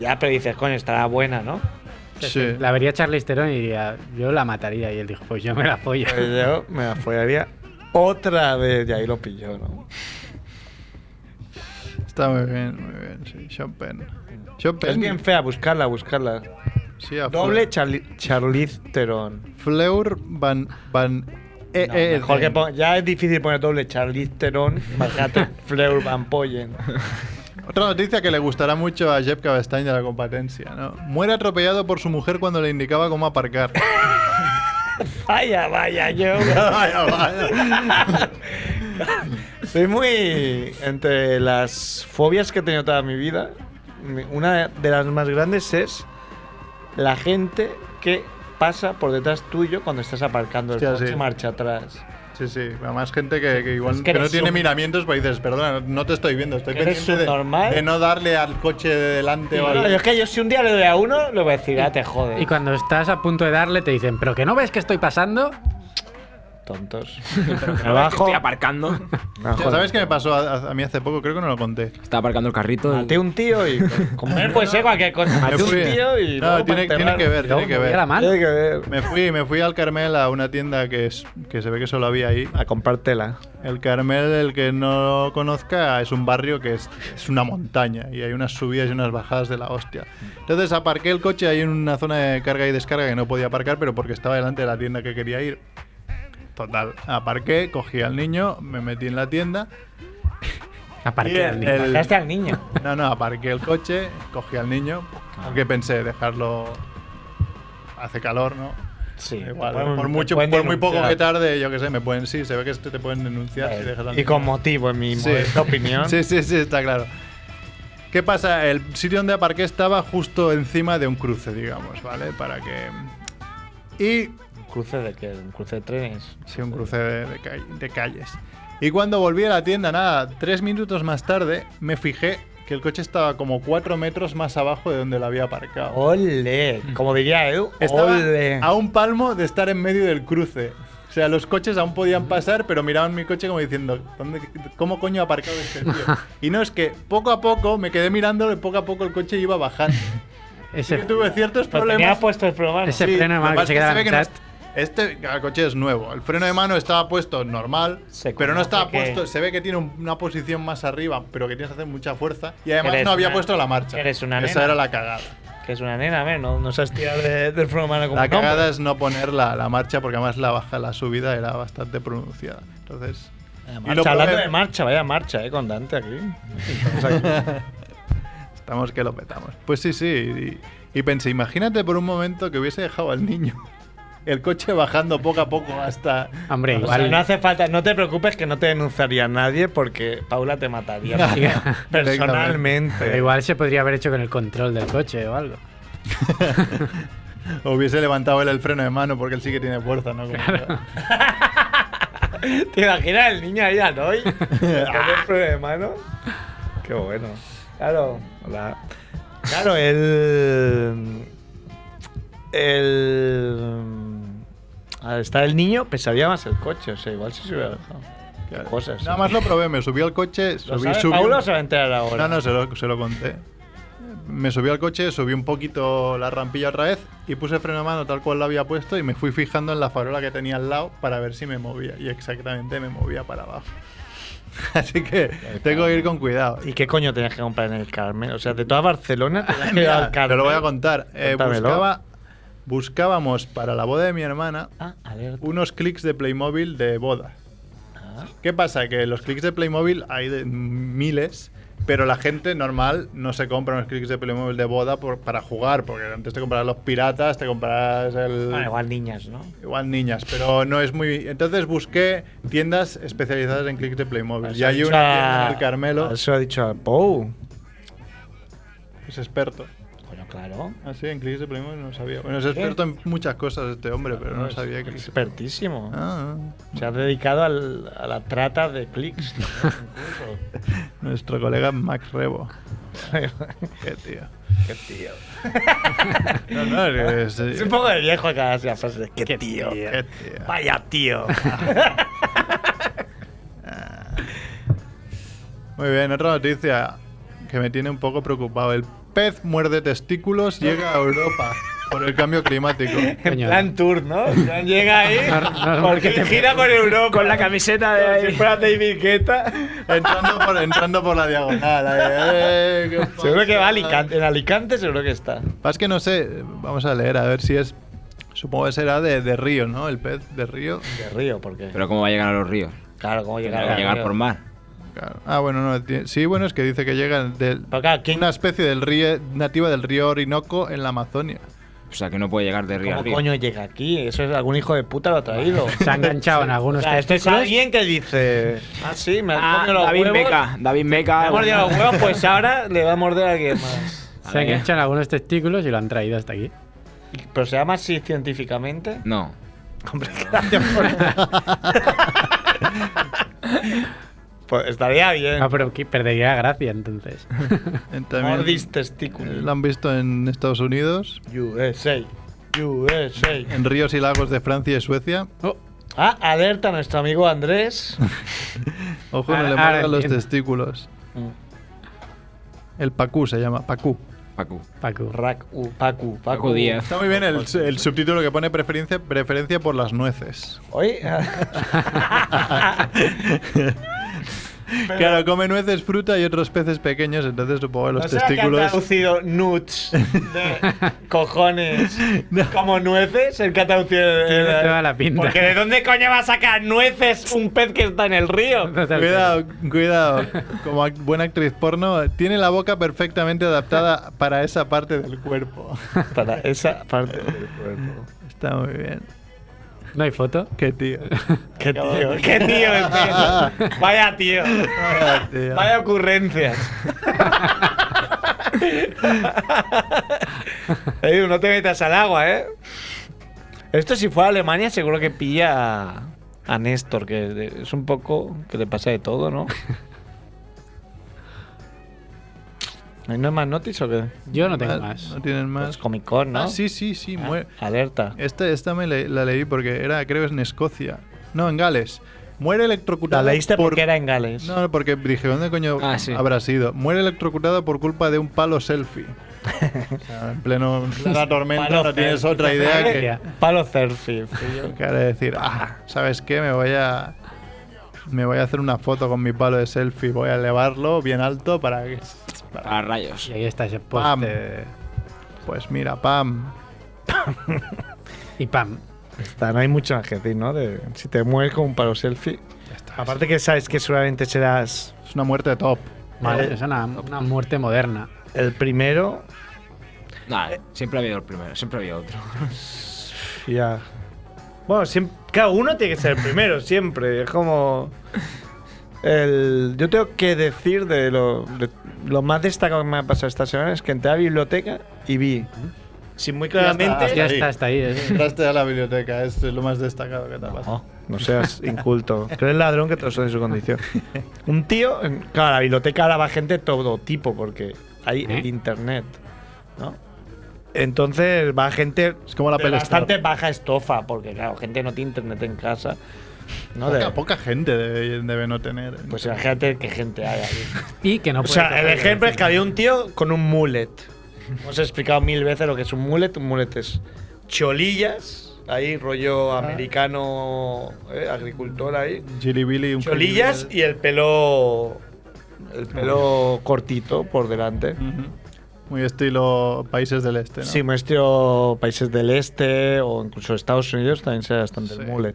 Ya, pero dices, coño, estará buena, ¿no? Sí. La vería Charlize Theron y diría, yo la mataría. Y él dijo, pues yo me la follo. Pues yo me la follaría otra vez. Y ahí lo pilló, ¿no? Está muy bien, muy bien, sí. Sean Penn. Sean Penn. Es bien fea, buscarla, buscarla. Sí, a Doble Fleur- Charli- Charlize Theron. Fleur Van... Van e No, Eden. mejor que pon- ya es difícil poner doble Charlize Theron, imagínate Fleur Van Poyen. Otra noticia que le gustará mucho a Jeb Cabestain de la competencia, ¿no? Muere atropellado por su mujer cuando le indicaba cómo aparcar. Vaya, vaya, yo Vaya, vaya. soy muy entre las fobias que he tenido toda mi vida. mi- Una de las más grandes es la gente que pasa por detrás tuyo cuando estás aparcando el Hostia, coche sí. marcha atrás. Sí, sí. Además, gente que, que igual Es que que no eres tiene un- miramientos, pues dices, perdona, no- no te estoy viendo, estoy ¿Que eres pendiente de, subnormal? de no darle al coche de delante o No, al- yo es que yo si un día le doy a uno, le voy a decir, ah, te jode. Y cuando estás a punto de darle, te dicen, ¿pero que no ves que estoy pasando? Tontos. Estoy Abajo. aparcando. No, Hostia, joder. ¿Sabes qué me pasó a, a- a mí hace poco? Creo que no lo conté. Estaba aparcando el carrito. y- Maté Ah, un tío y. Como él puede ser cualquier cosa. Maté Me un fui- tío y. No, luego tiene, para tiene que ver, Luego tiene que movía la ver. Ah, mano. Tiene que ver. Me fui, me fui al Carmel a una tienda que, es, que se ve que solo había ahí. A Ah, compártela. El Carmel, el que no conozca, es un barrio que es, es una montaña y hay unas subidas y unas bajadas de la hostia. Entonces aparqué el coche ahí en una zona de carga y descarga que no podía aparcar, pero porque estaba delante de la tienda que quería ir. Total, aparqué, cogí al niño, me metí en la tienda. Aparqué. y al el- niño. el- Dejaste al niño. no, no, aparqué el coche, cogí al niño, porque pensé dejarlo. Hace calor, ¿no? Sí. Igual, Bueno, por, te mucho, pueden por muy poco denunciar. que tarde, yo qué sé, me pueden, sí, se ve que te, te pueden denunciar si dejas al Y niño. con motivo, en mi Sí. modesta opinión. Sí, sí, sí, está claro. ¿Qué pasa? El sitio donde aparqué estaba justo encima de un cruce, digamos, ¿vale? Para que. Y cruce de que un cruce de trenes. Sí, un cruce de, de call- de calles. Y cuando volví a la tienda, nada, tres minutos más tarde, me fijé que el coche estaba como cuatro metros más abajo de donde lo había aparcado. Ole, como diría Edu, Estaba ole. a un palmo de estar en medio del cruce. O sea, los coches aún podían pasar, pero miraban mi coche como diciendo, "¿Dónde- ¿cómo coño ha aparcado este tío? Y no, es que poco a poco me quedé mirando y poco a poco el coche iba bajando. Sí Ese, que tuve ciertos Pero tenía problemas. puesto el programa. ese freno de lo mano que más se queda a se la ve que no mitad. est- Este el coche es nuevo. El freno de mano estaba puesto normal, Se pero no conoce estaba que- puesto. Se ve que tiene un- una posición más arriba, pero que tienes que hacer mucha fuerza. Y además Eres no había una- puesto la marcha. eres una Esa nena. era la cagada. Que es una nena, a ver, no, no sabes tirar de- del freno de mano como La un hombre. cagada es no poner la, la marcha porque además la baja, la subida era bastante pronunciada. Entonces. Eh, y lo Marcha, hablando probé- de marcha, vaya marcha, eh, con Dante aquí. Estamos que lo petamos. Pues sí, sí. Y, y pensé, imagínate por un momento que hubiese dejado al niño. El coche bajando poco a poco hasta. Hombre, O sea, igual. no hace falta, no te preocupes que no te denunciaría nadie porque Paula te mataría pero personalmente. igual se podría haber hecho con el control del coche o algo. O hubiese levantado él el freno de mano porque él sí que tiene fuerza, ¿no? Como- ¿Te imaginas el niño ahí al hoy? Con el freno de mano. Qué bueno. Claro. Hola. Claro, el. El. Al estar Ah, el niño, pesaría más el coche. O sea, igual si se hubiera dejado. Qué cosas. Nada eh. más lo probé, me subí al coche, subí, ¿Lo sabe subí. Paula o se va a enterar No, ahora? no, se lo, se lo conté. Me subí al coche, subí un poquito la rampilla otra vez y puse freno de mano tal cual lo había puesto y me fui fijando en la farola que tenía al lado para ver si me movía. Y exactamente me movía para abajo. Así que tengo que ir con cuidado. ¿Y qué coño tenías que comprar en el Carmen? O sea, de toda Barcelona tenías que ir Mira, al Carmen. te lo voy a contar. Eh, Cuéntamelo. buscaba- buscábamos para la boda de mi hermana Ah, alerta. unos clics de Playmobil de boda. Ah. ¿Qué pasa? Que los clics de Playmobil hay de miles, pero la gente normal no se compra unos clics de Playmobil de boda por- para jugar, porque antes te comprarás los piratas, te comprarás el... Bueno, Ah, igual niñas, ¿no? Igual niñas, pero no es muy... Entonces busqué tiendas especializadas en clics de Playmobil. Y hay Eso ha una dicho tienda a- en el Carmelo, Eso ha dicho a Pou. es experto. Coño, claro. Ah, sí, en clics de Playmobil no sabía. Bueno, es experto en muchas cosas este hombre, pero no Es sabía que... Expertísimo. Ah, Se ha dedicado al- a la trata de clics. ¿no? Incluso. nuestro colega Max Rebo. Qué tío. Qué tío. No, no, es- Es un poco de viejo que hace la frase de qué, tío. Qué tío. Vaya tío. Muy bien, otra noticia que me tiene un poco preocupado. El pez muerde testículos llega a Europa por el cambio climático. en Coño. plan tour, ¿no? En plan, llega ahí No, no, no, porque que te- gira por Europa. Con la camiseta Como Si de. fuera David Guetta. Entrando por, entrando por la diagonal. ahí, eh, ¿qué pasa? Seguro que va a Alicante. En Alicante seguro que está. Pasa que no sé, vamos a leer a ver si es. Supongo que será de, de río, ¿no? El pez de río. De río, porque. Pero ¿cómo va a llegar a los ríos? claro, ¿cómo llegar Tendrá a que llegar por mar. Claro. Ah, bueno, no. tiene- Sí, bueno, es que dice que llega de Pero claro, ¿quién, una especie del río nativa del río Orinoco en la Amazonia. O sea, que no puede llegar de río a ¿Cómo río. coño llega aquí? Eso es algún hijo de puta lo ha traído. Se ha enganchado en O algunos sea, esto es testículos. alguien que dice. Ah, sí, me ha Ah, comido los David Ah, huevos. Meca. David Me Meca. ha mordido los huevos, pues ahora le va a morder a alguien más. Se ha enganchado en algunos testículos y lo han traído hasta aquí. Pero se llama así científicamente. No. Hombre, gracias por- Pues estaría bien. No, Ah, pero que perdería gracia entonces. Ah, También Mordis lo testículo. han visto en Estados Unidos, USA. USA. en ríos y lagos de Francia y Suecia. Ah, alerta a nuestro amigo Andrés. Ojo, no Ahora- le ahora marcan los entiendo. testículos. El Pacú se llama, Pacú. Pacu. Paco. Rack, u, Pacu, Pacu. Pacu Díaz. Está muy bien el, el subtítulo que pone preferencia, preferencia por las nueces. Hoy. ah. Claro, come nueces, fruta y otros peces pequeños, entonces supongo que los ¿No será que han testículos... traducido nuts de cojones como nueces? El que ha traducido. el- Tiene el- toda la pinta. Porque ¿de dónde coño va a sacar nueces un pez que está en el río? Cuidado, cuidado. Como ac- buena actriz porno, tiene la boca perfectamente adaptada para esa parte del cuerpo. Para esa parte del cuerpo. Está muy bien. No hay foto. Qué tío. Qué tío, qué tío, en serio. Vaya tío. Vaya tío. Vaya ocurrencias. Edu, no te metas al agua, ¿eh? Esto si fuera a Alemania seguro que pilla a, a Néstor, que de- es un poco que le pasa de todo, ¿no? ¿Ay, ¿No hay más notis o qué? Yo no tengo Ah, más. No tienen Es más. Comic Con, Pues ¿no? Ah, sí, Eh, sí, sí. Ah, muere. Alerta. Esta, esta me le- la leí porque era, creo, es en Escocia. No, en Gales. Muere La electrocutada. leíste por- porque era en Gales. No, porque dije, ¿dónde coño Ah, sí. habrá sido? Muere electrocutada por culpa de un palo selfie. O sea, en pleno en plena tormenta Palo no tienes selfie. otra idea que, Tragedia. Palo Cerfi. fui yo. que ahora decir, ah, ¿sabes qué? Me voy a me voy a hacer una foto con mi palo de selfie, voy a elevarlo bien alto para que A rayos. Y ahí está ese poste. pam. Pues mira, pam. Y pam. Está, no hay mucho más que decir, ¿no? De, si te mueves con un palo selfie. Aparte que sabes que seguramente serás Es una muerte top. Vale. Es una, una muerte moderna. el primero. Nada, siempre ha habido el primero, siempre ha habido otro. Ya. Bueno, siempre, claro, uno tiene que ser el primero, siempre. Es como. El, yo tengo que decir de lo, de lo más destacado que me ha pasado esta semana es que entré a la biblioteca y vi, sin muy claramente. Ya ahí. está, está ahí. eh. Entraste a la biblioteca, es lo más destacado que te ha pasado. No, Oh, no seas inculto. Que eres ladrón que todos son en su condición. Un tío, en- claro, a la biblioteca ahora va gente de todo tipo porque hay ¿Eh? el internet, ¿no? Entonces va gente Es como la de peli bastante Star. baja estofa porque claro, gente no tiene internet en casa. ¿no? Poca, De- poca gente debe, debe no tener. pues imagínate qué gente hay ahí. Y que no o puede sea, coger el y ejemplo es que decir, había un tío con un mullet. Hemos explicado mil veces lo que es un mullet. Un mullet es cholillas, ahí rollo americano, eh, agricultor ahí. Gilibili, un Cholillas y el pelo. El pelo cortito por delante. Ujú. Muy estilo países del este, ¿no? Sí, me estilo países del este o incluso Estados Unidos también se ve bastante el Sí. mullet.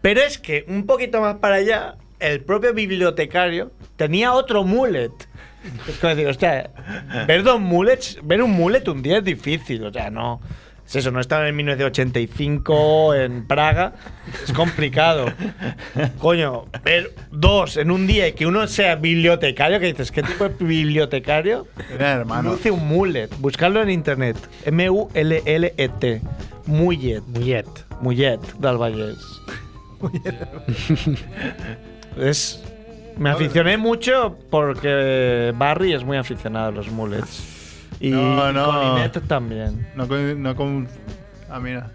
Pero es que un poquito más para allá, el propio bibliotecario tenía otro mullet. Es como decir, hostia, ver dos mullets, ver un mullet un día es difícil, o sea, no. Es eso, no estaba en 1985 en Praga, es complicado. Coño, ver dos en un día y que uno sea bibliotecario, que dices, ¿qué tipo de bibliotecario? Era hermano. Luce un mullet. Buscarlo en internet. M-U-L-L-E-T. E Mullet. Mullet. Mullet del Vallès. es. Me aficioné mucho porque Barry es muy aficionado a los mullets. Y No, no. Coninette también. No, con, no con- Ah, mira.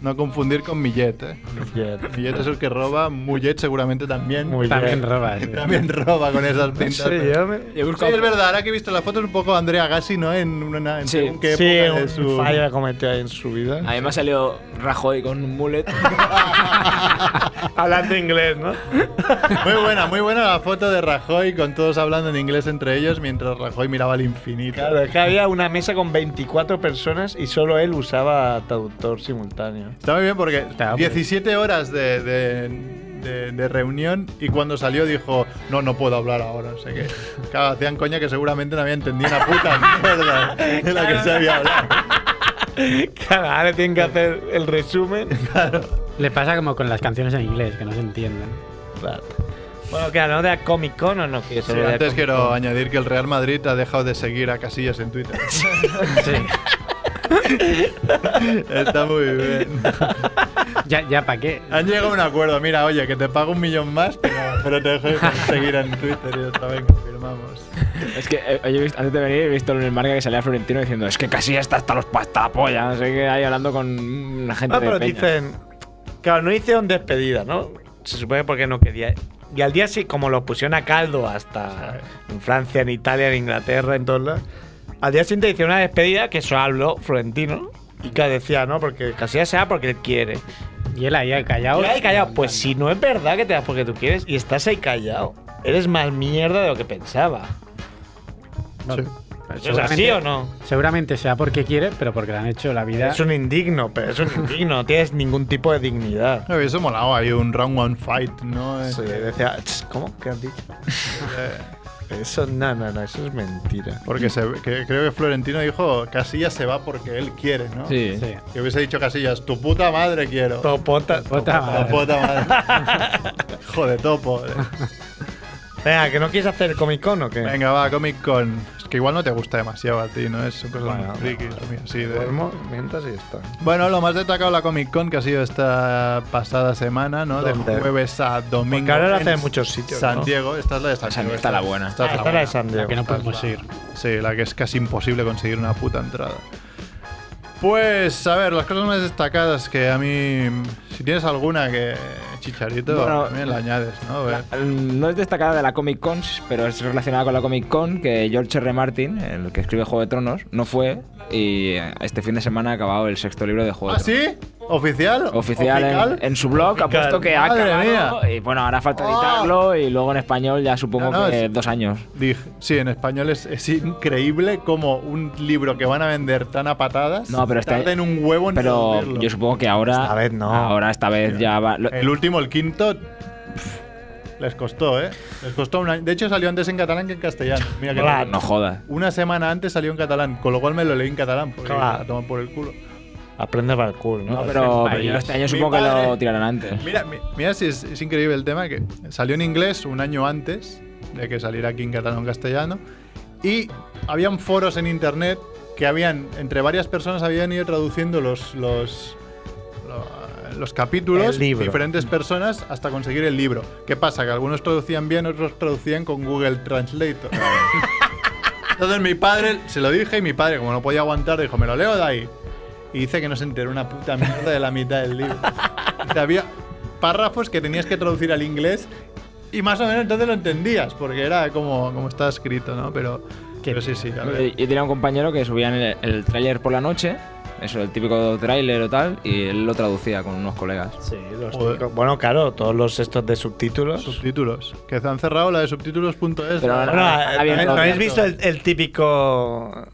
No confundir con Millet, ¿eh? Mullet. Millet es el que roba, Mullet seguramente también. Mullet. También eh. robas. tío. También roba con esas No pintas. sé, yo me- Yo Sí, es verdad, ahora que he visto la foto es un poco Andrea Gassi, ¿no? En una en Sí. según qué Sí, época de un su- fallo que cometió ahí en su vida. Además salió Rajoy con un mullet. Hablando inglés, ¿no? Muy buena, muy buena la foto de Rajoy con todos hablando en inglés entre ellos mientras Rajoy miraba al infinito. Claro, es que había una mesa con 24 personas y solo él usaba traductor simultáneo. Está muy bien porque Claro, pues. 17 horas de, de- de- de reunión y cuando salió dijo, no, no puedo hablar ahora, no sé qué. Claro, hacían coña que seguramente no había entendido una puta mierda de la que se había hablado. Claro, ahora tienen que hacer el resumen. Le pasa como con las canciones en inglés, que no se entienden. Bueno, que hablamos de la Comic Con o no quieres Sí, hablar de la antes Comic quiero Con? añadir que el Real Madrid ha dejado de seguir a Casillas en Twitter. Sí. Está muy bien. Ya, ya para qué. Han llegado a un acuerdo, mira, oye, que te pago un millón más, pero, pero te dejo de seguir en Twitter y otra vez confirmamos. es que eh, oye, he visto- antes de venir he visto en el marca que salía Florentino diciendo es que casi está hasta los pastapolla, no sé qué, ahí hablando con una gente Ah, pero de peña. dicen. Claro, no hicieron despedida, ¿no? Se supone porque no quería. Y al día sí, como lo pusieron a caldo hasta en Francia, en Italia, en Inglaterra, en todos lados. Al día siguiente hicieron una despedida que eso habló Florentino. Y que decía, ¿no? Porque Casillas se va porque él quiere. Y él ahí ha callado. Yo ahí callado. Pues si no es verdad que te das porque tú quieres y estás ahí callado. Eres más mierda de lo que pensaba. No, Pues Sí. ¿Es así seguramente- o no? Seguramente sea porque quiere, pero porque le han hecho la vida. Es un indigno, pero es un indigno. No tienes ningún tipo de dignidad. Me hubiese molado, hay un round one fight, ¿no? Sí, decía, "Ch, ¿cómo? ¿Qué has dicho? Eh, Eso, no, no, no, eso es mentira. Porque se, que- creo que Florentino dijo, Casillas se va porque él quiere, ¿no? Sí. Sí. Que hubiese dicho Casillas, tu puta madre quiero. Topota. Puta Tu madre. puta madre. Hijo de topo. Venga, que no quieres hacer Comic Con o qué? Venga, va, Comic Con. Es que igual no te gusta demasiado a ti, ¿no? Es son cosas Bueno, muy frikis, muy así de- Duermo, mientras y ya está. Bueno, lo más destacado de la Comic Con que ha sido esta pasada semana, ¿no? ¿Dónde? De jueves a domingo. Porque ahora lo en hacen en muchos sitios, San ¿no? Diego, esta es la de San Diego. está la buena. esta es Ah, la esta era de buena. San La Diego. que no podemos ir. Sí, la que es casi imposible conseguir una puta entrada. Pues, a ver, las cosas más destacadas que a mí. Si tienes alguna que. Chicharito, Bueno, también la añades, ¿no? A ver. La- no es destacada de la Comic Con, pero es relacionada con la Comic Con, que George R. R. Martin, el que escribe Juego de Tronos, no fue y eh, este fin de semana ha acabado el sexto libro de Juego ¿Ah, de Tronos. sí? ¿Oficial? Oficial en, en su blog ha Oficial. puesto que ha Madre acabado mía. Oh. y bueno, ahora falta editarlo y luego en español ya supongo No, no, que es- dos años. Dije- sí, en español es, es increíble como un libro que van a vender tan a patadas No, pero este- tarden un huevo en Pero reunirlo. yo supongo que ahora Esta vez no. Ahora esta vez ya va lo- El último, el quinto, pf, les costó, ¿eh? Les costó un año. De hecho, salió antes en catalán que en castellano. Mira que Claro. no jodas. Una semana antes salió en catalán, con lo cual me lo leí en catalán, porque Claro. la toman por el culo. Aprende para el cool, ¿no? No, pero, pero Ahí. yo este año Mi supongo que padre- lo tirarán antes. Mira, mi- mira si es, es increíble el tema, que salió en inglés un año antes de que saliera aquí en catalán o en castellano, y habían foros en internet que habían, entre varias personas, habían ido traduciendo los, los, lo- los capítulos, El libro. diferentes personas, hasta conseguir el libro. ¿Qué pasa? Que algunos traducían bien, otros traducían con Google Translator. Entonces mi padre, se lo dije, y mi padre, como no podía aguantar, dijo, me lo leo de ahí. Y dice que no se enteró una puta mierda de la mitad del libro. Dice, había párrafos que tenías que traducir al inglés y más o menos entonces lo entendías, porque era como, como está escrito, ¿no? Pero, pero sí, sí. a ver. Yo tenía un compañero que subía el, el tráiler por la noche, eso, el típico tráiler o tal, y él lo traducía con unos colegas. Sí, los Joder. cinco- Bueno, claro, todos los estos de subtítulos. Subtítulos. Que se han cerrado la de subtítulos.es. Pero Bueno, eh, ahora- Ah, bien, ¿no bien, habéis bien. visto el, el típico.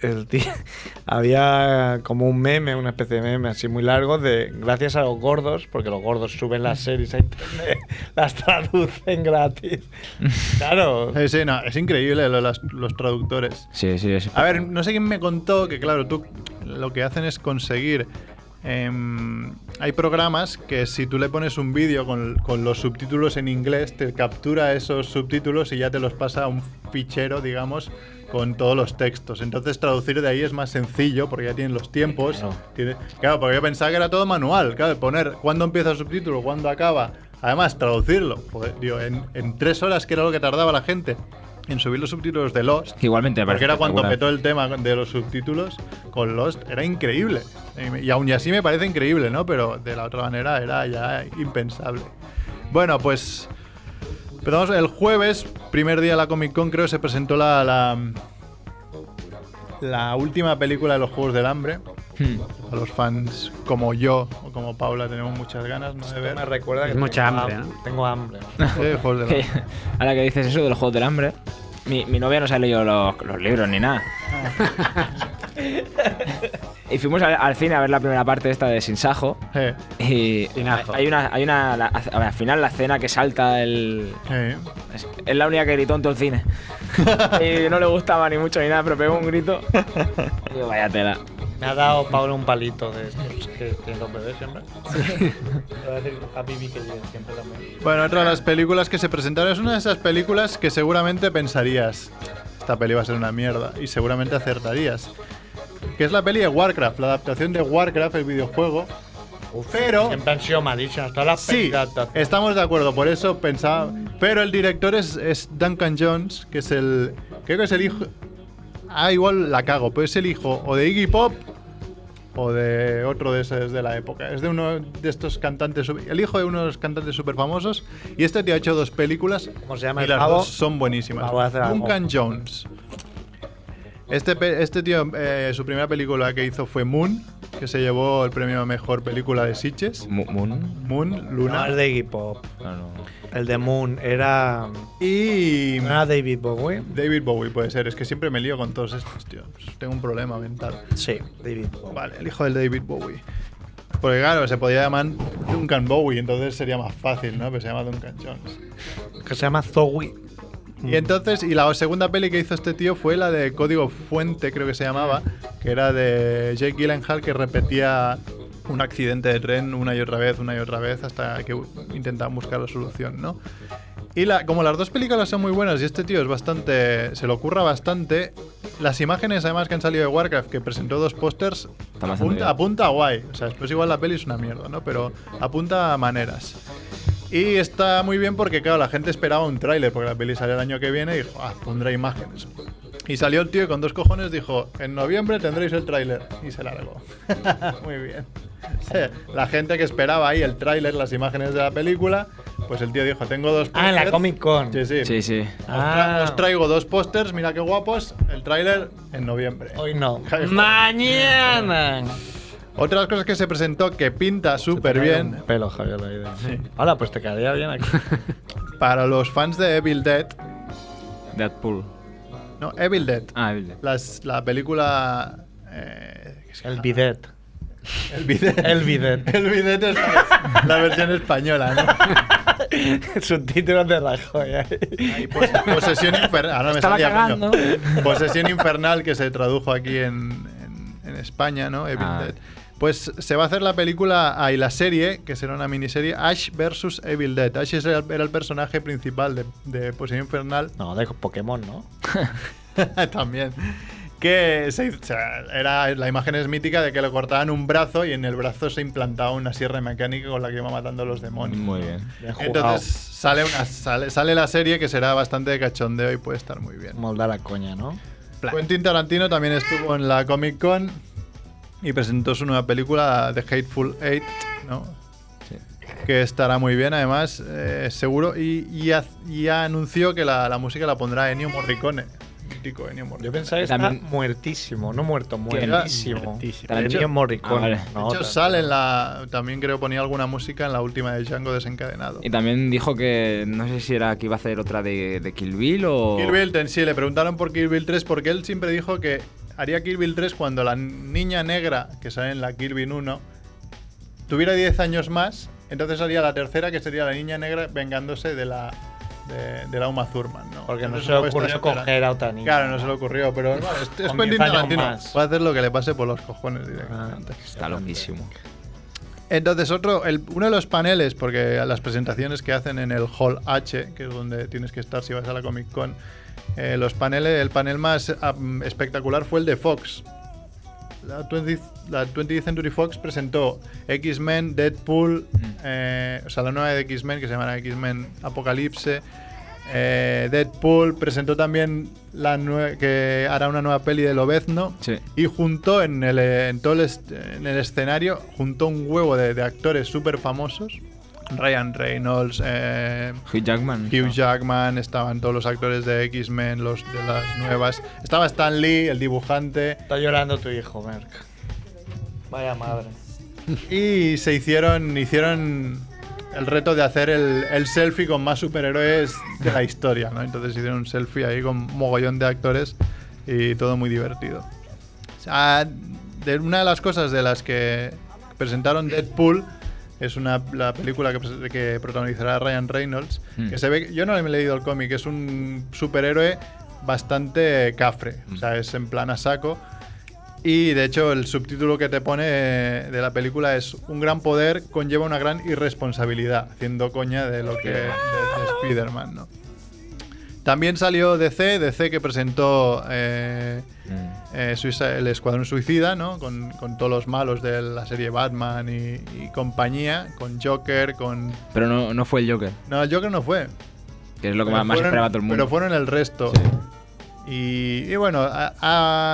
el ti- Había como un meme, una especie de meme así muy largo de gracias a los gordos, porque los gordos suben las series a internet, las traducen gratis. Claro. Sí, sí, no, es increíble lo de las- los traductores. Sí, sí, sí. A ver, no sé quién me contó que, claro, tú lo que hacen es conseguir. em, hay programas que si tú le pones un vídeo con, con los subtítulos en inglés, te captura esos subtítulos y ya te los pasa a un fichero, digamos, con todos los textos. Entonces traducir de ahí es más sencillo porque ya tienen los tiempos. Tiene- Claro, porque yo pensaba que era todo manual, claro, poner cuándo empieza el subtítulo, cuándo acaba. Además, traducirlo. Joder, tío, en, en tres horas, que era lo que tardaba la gente en subir los subtítulos de Lost, Igualmente, me porque parece era cuando petó espectacular. el tema de los subtítulos con Lost, era increíble. Y aún y así me parece increíble, ¿no? Pero de la otra manera era ya impensable. Bueno, pues empezamos el jueves, primer día de la Comic Con, creo, se presentó la, la, la última película de los Juegos del Hambre. Hmm. A los fans como yo o como Paula tenemos muchas ganas ¿no? de ver. recuerda Es mucha tengo hambre, ham- ¿no? Tengo hambre. Eh, Juegos del Que- Hambre. Ahora que dices eso de los Juegos del Hambre, mi, mi novia no se ha leído los, los libros ni nada. Ah. y fuimos al, al cine a ver la primera parte esta de Sin Sajo. Eh, Y Sinajo. hay una, hay una la- a ver, al final la escena que salta el, eh. Es, es la única que gritó en todo el cine. y no le gustaba ni mucho ni nada, pero pegó un grito. Digo, vaya tela. Me ha dado Pablo un palito de estos que tienen los bebés siempre. Le voy a decir a Bibi que llegue siempre también. Bueno, otra de las películas que se presentaron es una de esas películas que seguramente pensarías, esta peli va a ser una mierda, y seguramente acertarías. Que es la peli de Warcraft, la adaptación de Warcraft, el videojuego. pero, Siempre han sido malísimas todas las sí, Eh, películas. estamos de acuerdo, por eso pensaba... Pero el director es, es Duncan Jones, que es el... Creo que es el hijo... Ah, igual la cago, pero es el hijo o de Iggy Pop o de otro de esos de la época. Es de uno de estos cantantes, sub- el hijo de uno de los cantantes súper famosos. Y este tío ha hecho dos películas ¿Cómo se llama y el las pavo? dos son buenísimas. Ah, voy a hacer algo. Duncan Jones. Este, pe- este tío, eh, su primera película que hizo fue Moon, que se llevó el premio a mejor película de Sitges. ¿Moon? Moon, No, Luna. el de Iggy Pop. No, no. El de Moon era. Y. ¿No era Ah, David Bowie? David Bowie puede ser, es que siempre me lío con todos estos, tío. Pues Tengo un problema mental. Sí, David Bowie. Vale, el hijo del David Bowie. Porque claro, se podía llamar Duncan Bowie, entonces sería más fácil, ¿no? Pero se llama Duncan Jones. Que se llama Zoe. Y entonces, y la segunda peli que hizo este tío fue la de Código Fuente, creo que se llamaba, que era de Jake Gyllenhaal que repetía un accidente de tren una y otra vez, una y otra vez, hasta que bu- intentaban buscar la solución, ¿no? Y la, como las dos películas son muy buenas y este tío es bastante. se lo curra bastante. Las imágenes además que han salido de Warcraft, que presentó dos pósters, Está bastante bien. apunta, apunta guay. O sea, después igual la peli es una mierda, ¿no? Pero apunta a maneras. Y está muy bien porque, claro, la gente esperaba un tráiler, porque la peli sale el año que viene y dijo, ah, pondrá imágenes. Y salió el tío y con dos cojones dijo, en noviembre tendréis el tráiler. Y se largó. muy bien. La gente que esperaba ahí el tráiler, las imágenes de la película, pues el tío dijo, tengo dos Ah, en la pósters". Comic Con. Sí, sí. Sí, sí. Os, Ah. tra- os traigo dos pósters, mira qué guapos. El tráiler en noviembre. Hoy no. Hija de- Mañana. Otra de las cosas que se presentó que pinta súper bien Pelo, Javier, la idea. Hola, pues te quedaría bien aquí. para los fans de Evil Dead. Deadpool. No, Evil Dead. Ah, Evil Dead. Las- la película. eh, es que- El bidet. El bidet. El bidet. El bidet es la, la versión española, ¿no? Subtítulos de Rajoy. eh. Ahí, pos- posesión infernal. Ahora me Estaba salía, coño. cagando. Posesión infernal que se tradujo aquí en, en- en España, ¿no? Evil Ah. Dead. Pues se va a hacer la película ah, y la serie, que será una miniserie, Ash vs. Evil Dead. Ash es el- era el personaje principal de, de Posesión Infernal. No, de Pokémon, ¿no? también. Que se- o sea, era, la imagen es mítica de que le cortaban un brazo y en el brazo se implantaba una sierra mecánica con la que iba matando a los demonios. Muy bien. Bien jugado. Entonces sale, una, sale, sale la serie que será bastante de cachondeo y puede estar muy bien. Molda la coña, ¿no? Quentin Tarantino también estuvo en la Comic Con y presentó su nueva película, The Hateful Eight, ¿no? que estará muy bien además, eh, seguro, y, y haz- y anunció que la, la música la pondrá Ennio Morricone. Mítico Ennio Morricone. Yo pensaba que estaba También- muertísimo, no muerto, Que- muertísimo. Muertísimo. El De niño hecho- Morricone. Ah, vale. no, de hecho, otra. sale en la. También creo ponía alguna música en la última de Django desencadenado. Y también dijo que no sé si era que iba a hacer otra de, de Kill Bill o. Kill Bill, ten- sí, le preguntaron por Kill Bill 3 porque él siempre dijo que haría Kill Bill 3 cuando la niña negra que sale en la Kill Bill 1 tuviera 10 años más. Entonces haría la tercera, que sería la niña negra vengándose de la. De, de la Uma Thurman, ¿no? Porque no Entonces, se le pues, ocurrió está esperando. coger a otra niña. Claro, no se le ocurrió, pero bueno, es, es Con Quentin 10 años Tarantino. más. Ah. Puede hacer lo que le pase por los cojones directamente. Está loquísimo. Entonces, otro, el- uno de los paneles, porque las presentaciones que hacen en el Hall H, que es donde tienes que estar si vas a la Comic Con, eh, los paneles, el panel más am, espectacular fue el de Fox. La 20th, la 20th Century Fox presentó X-Men, Deadpool, eh, o sea, la nueva de X-Men, que se llama X-Men Apocalipse. eh, Deadpool presentó también la nue- que hará una nueva peli de Lobezno. Sí. Y juntó en el, eh, en todo el, est- en el escenario, juntó un huevo de, de actores súper famosos. Ryan Reynolds, eh, Hugh Jackman. Hugh Jackman, estaban todos los actores de X-Men, los de las nuevas. Estaba Stan Lee, el dibujante. Está llorando tu hijo, Merck. Vaya madre. Y se hicieron, hicieron el reto de hacer el, el selfie con más superhéroes de la historia, ¿no? Entonces hicieron un selfie ahí con mogollón de actores y todo muy divertido. O sea, de una de las cosas de las que presentaron Deadpool es una, la película que, pres- que protagonizará Ryan Reynolds, Mm. que se ve, yo no le he leído el cómic, es un superhéroe bastante cafre, o sea, es en plan a saco. Y de hecho el subtítulo que te pone eh, de la película es Un gran poder conlleva una gran irresponsabilidad, haciendo coña de lo que de, de Spider-Man, ¿no? También salió DC, DC que presentó eh, Mm. eh, Suiza- el Escuadrón Suicida, ¿no? Con, con todos los malos de la serie Batman y, y compañía, con Joker, con... Pero no, no fue el Joker, No, el Joker no fue. que es lo que Pero más, más fueron- esperaba todo el mundo. Pero fueron el resto. Y, y bueno, a-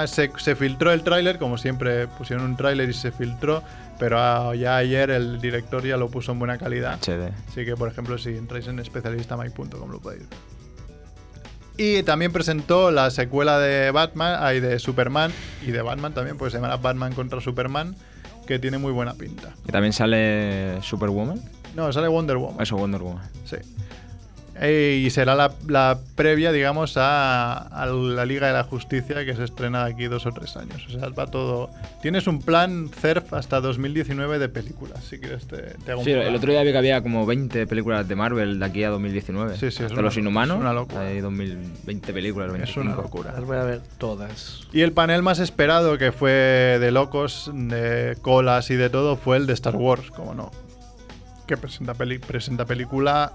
a- se, se filtró el tráiler, como siempre pusieron un tráiler y se filtró, pero a- ya ayer el director ya lo puso en buena calidad. HD. Así que, por ejemplo, si entráis en especialistamike.com lo podéis ver. Y también presentó la secuela de Batman, ay, de Superman y de Batman también, porque se llama Batman contra Superman, que tiene muy buena pinta. Y también sale Superwoman. No, sale Wonder Woman. Eso, Wonder Woman. Sí. Eh, Y será la, la previa, digamos, a, a la Liga de la Justicia que se estrena de aquí dos o tres años. O sea, va todo. Tienes un plan CERF hasta 2019 de películas, si quieres te, te hago un Sí, plan. el otro día vi que había como 20 películas de Marvel de aquí a 2019. Sí, sí, es Hasta una- Los Inhumanos. es una locura. Hay 2020 películas. Es una 25. locura. Las voy a ver todas. Y el panel más esperado, que fue de locos, de colas y de todo, fue el de Star Wars, como no. Que presenta, peli- presenta película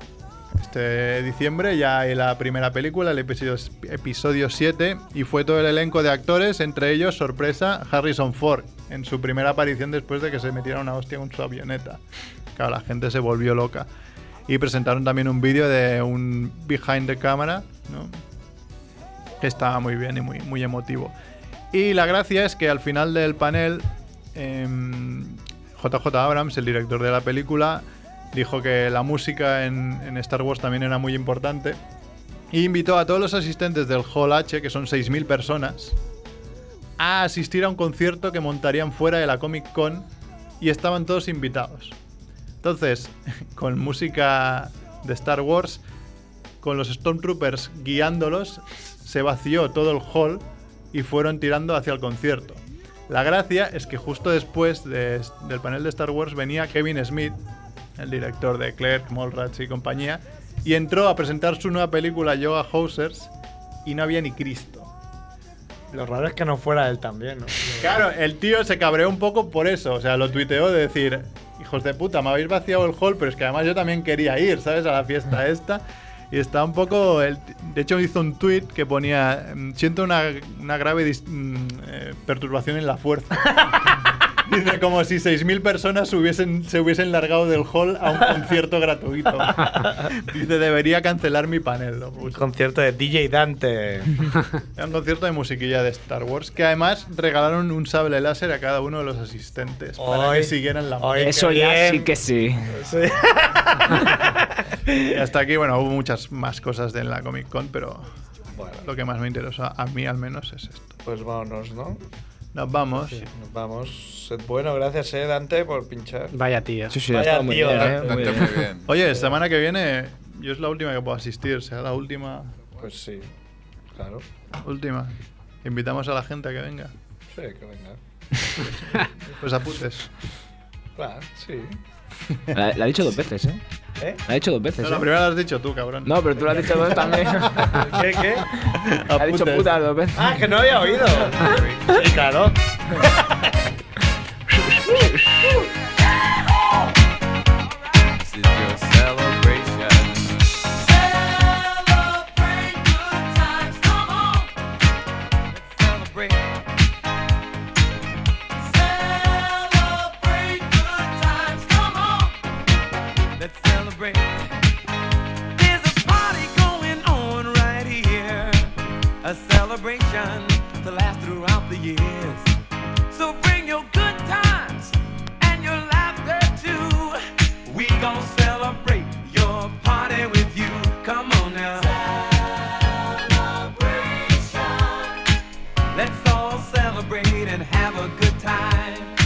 Este diciembre ya hay la primera película, el episodio, episodio 7, y fue todo el elenco de actores, entre ellos, sorpresa, Harrison Ford, en su primera aparición después de que se metiera una hostia con su avioneta. Claro, la gente se volvió loca. Y presentaron también un vídeo de un behind the camera, ¿no? que estaba muy bien y muy, muy emotivo. Y la gracia es que al final del panel, em, JJ Abrams, el director de la película, dijo que la música en, en Star Wars también era muy importante. Y invitó a todos los asistentes del Hall H, que son 6.000 personas, a asistir a un concierto que montarían fuera de la Comic Con y estaban todos invitados. Entonces, con música de Star Wars, con los Stormtroopers guiándolos, se vació todo el hall y fueron tirando hacia el concierto. La gracia es que justo después de- del panel de Star Wars venía Kevin Smith, el director de Clerk, Mallrats y compañía, y entró a presentar su nueva película Yoga Housers y no había ni Cristo. Lo raro es que no fuera él también, ¿no? Claro, el tío se cabreó un poco por eso, o sea, lo tuiteó de decir, hijos de puta, me habéis vaciado el hall, pero es que además yo también quería ir, ¿sabes? A la fiesta esta. Y está un poco... el- de hecho, hizo un tweet que ponía, mm, siento una, una grave dis- mm, eh, perturbación en la fuerza. Dice, como si 6.000 personas hubiesen, se hubiesen largado del hall a un concierto gratuito. Dice, debería cancelar mi panel. lo Un puso. concierto de DJ Dante. Era un concierto de musiquilla de Star Wars que además regalaron un sable láser a cada uno de los asistentes para Hoy- que siguieran la hoy- Ay, Eso qué ya bien. sí que sí. Y hasta aquí, bueno, hubo muchas más cosas de en la Comic Con, pero lo que más me interesa a mí al menos es esto. Pues vámonos, ¿no? Nos vamos. Nos vamos. Sed bueno, gracias, eh, Dante, por pinchar. Vaya tío. Sí, sí, ha Vaya estado muy tío, bien, ¿eh? ¿eh? Muy Dante, bien. muy bien. Oye, semana que viene yo es la última que puedo asistir, será la última, Pues sí, claro. última. Invitamos a la gente a que venga. Sí, que venga. Pues apuntes. Claro, sí. La, la ha dicho dos veces, ¿eh? ¿Eh? La ha dicho dos veces. No, ¿eh? la primera la has dicho tú, cabrón. No, pero tú lo has dicho dos también. ¿Qué, qué? ha dicho Apuntes. puta dos veces. Ah, que no había oído. Sí, claro. This is your celebration. Celebrate good times, come on. Celebrate. Celebrate good times, come on. Let's celebrate. There's a party going on right here, a celebration to last throughout the years. So bring your good times and your laughter too. We gon' celebrate your party with you. Come on now. Celebration. Let's all celebrate and have a good time.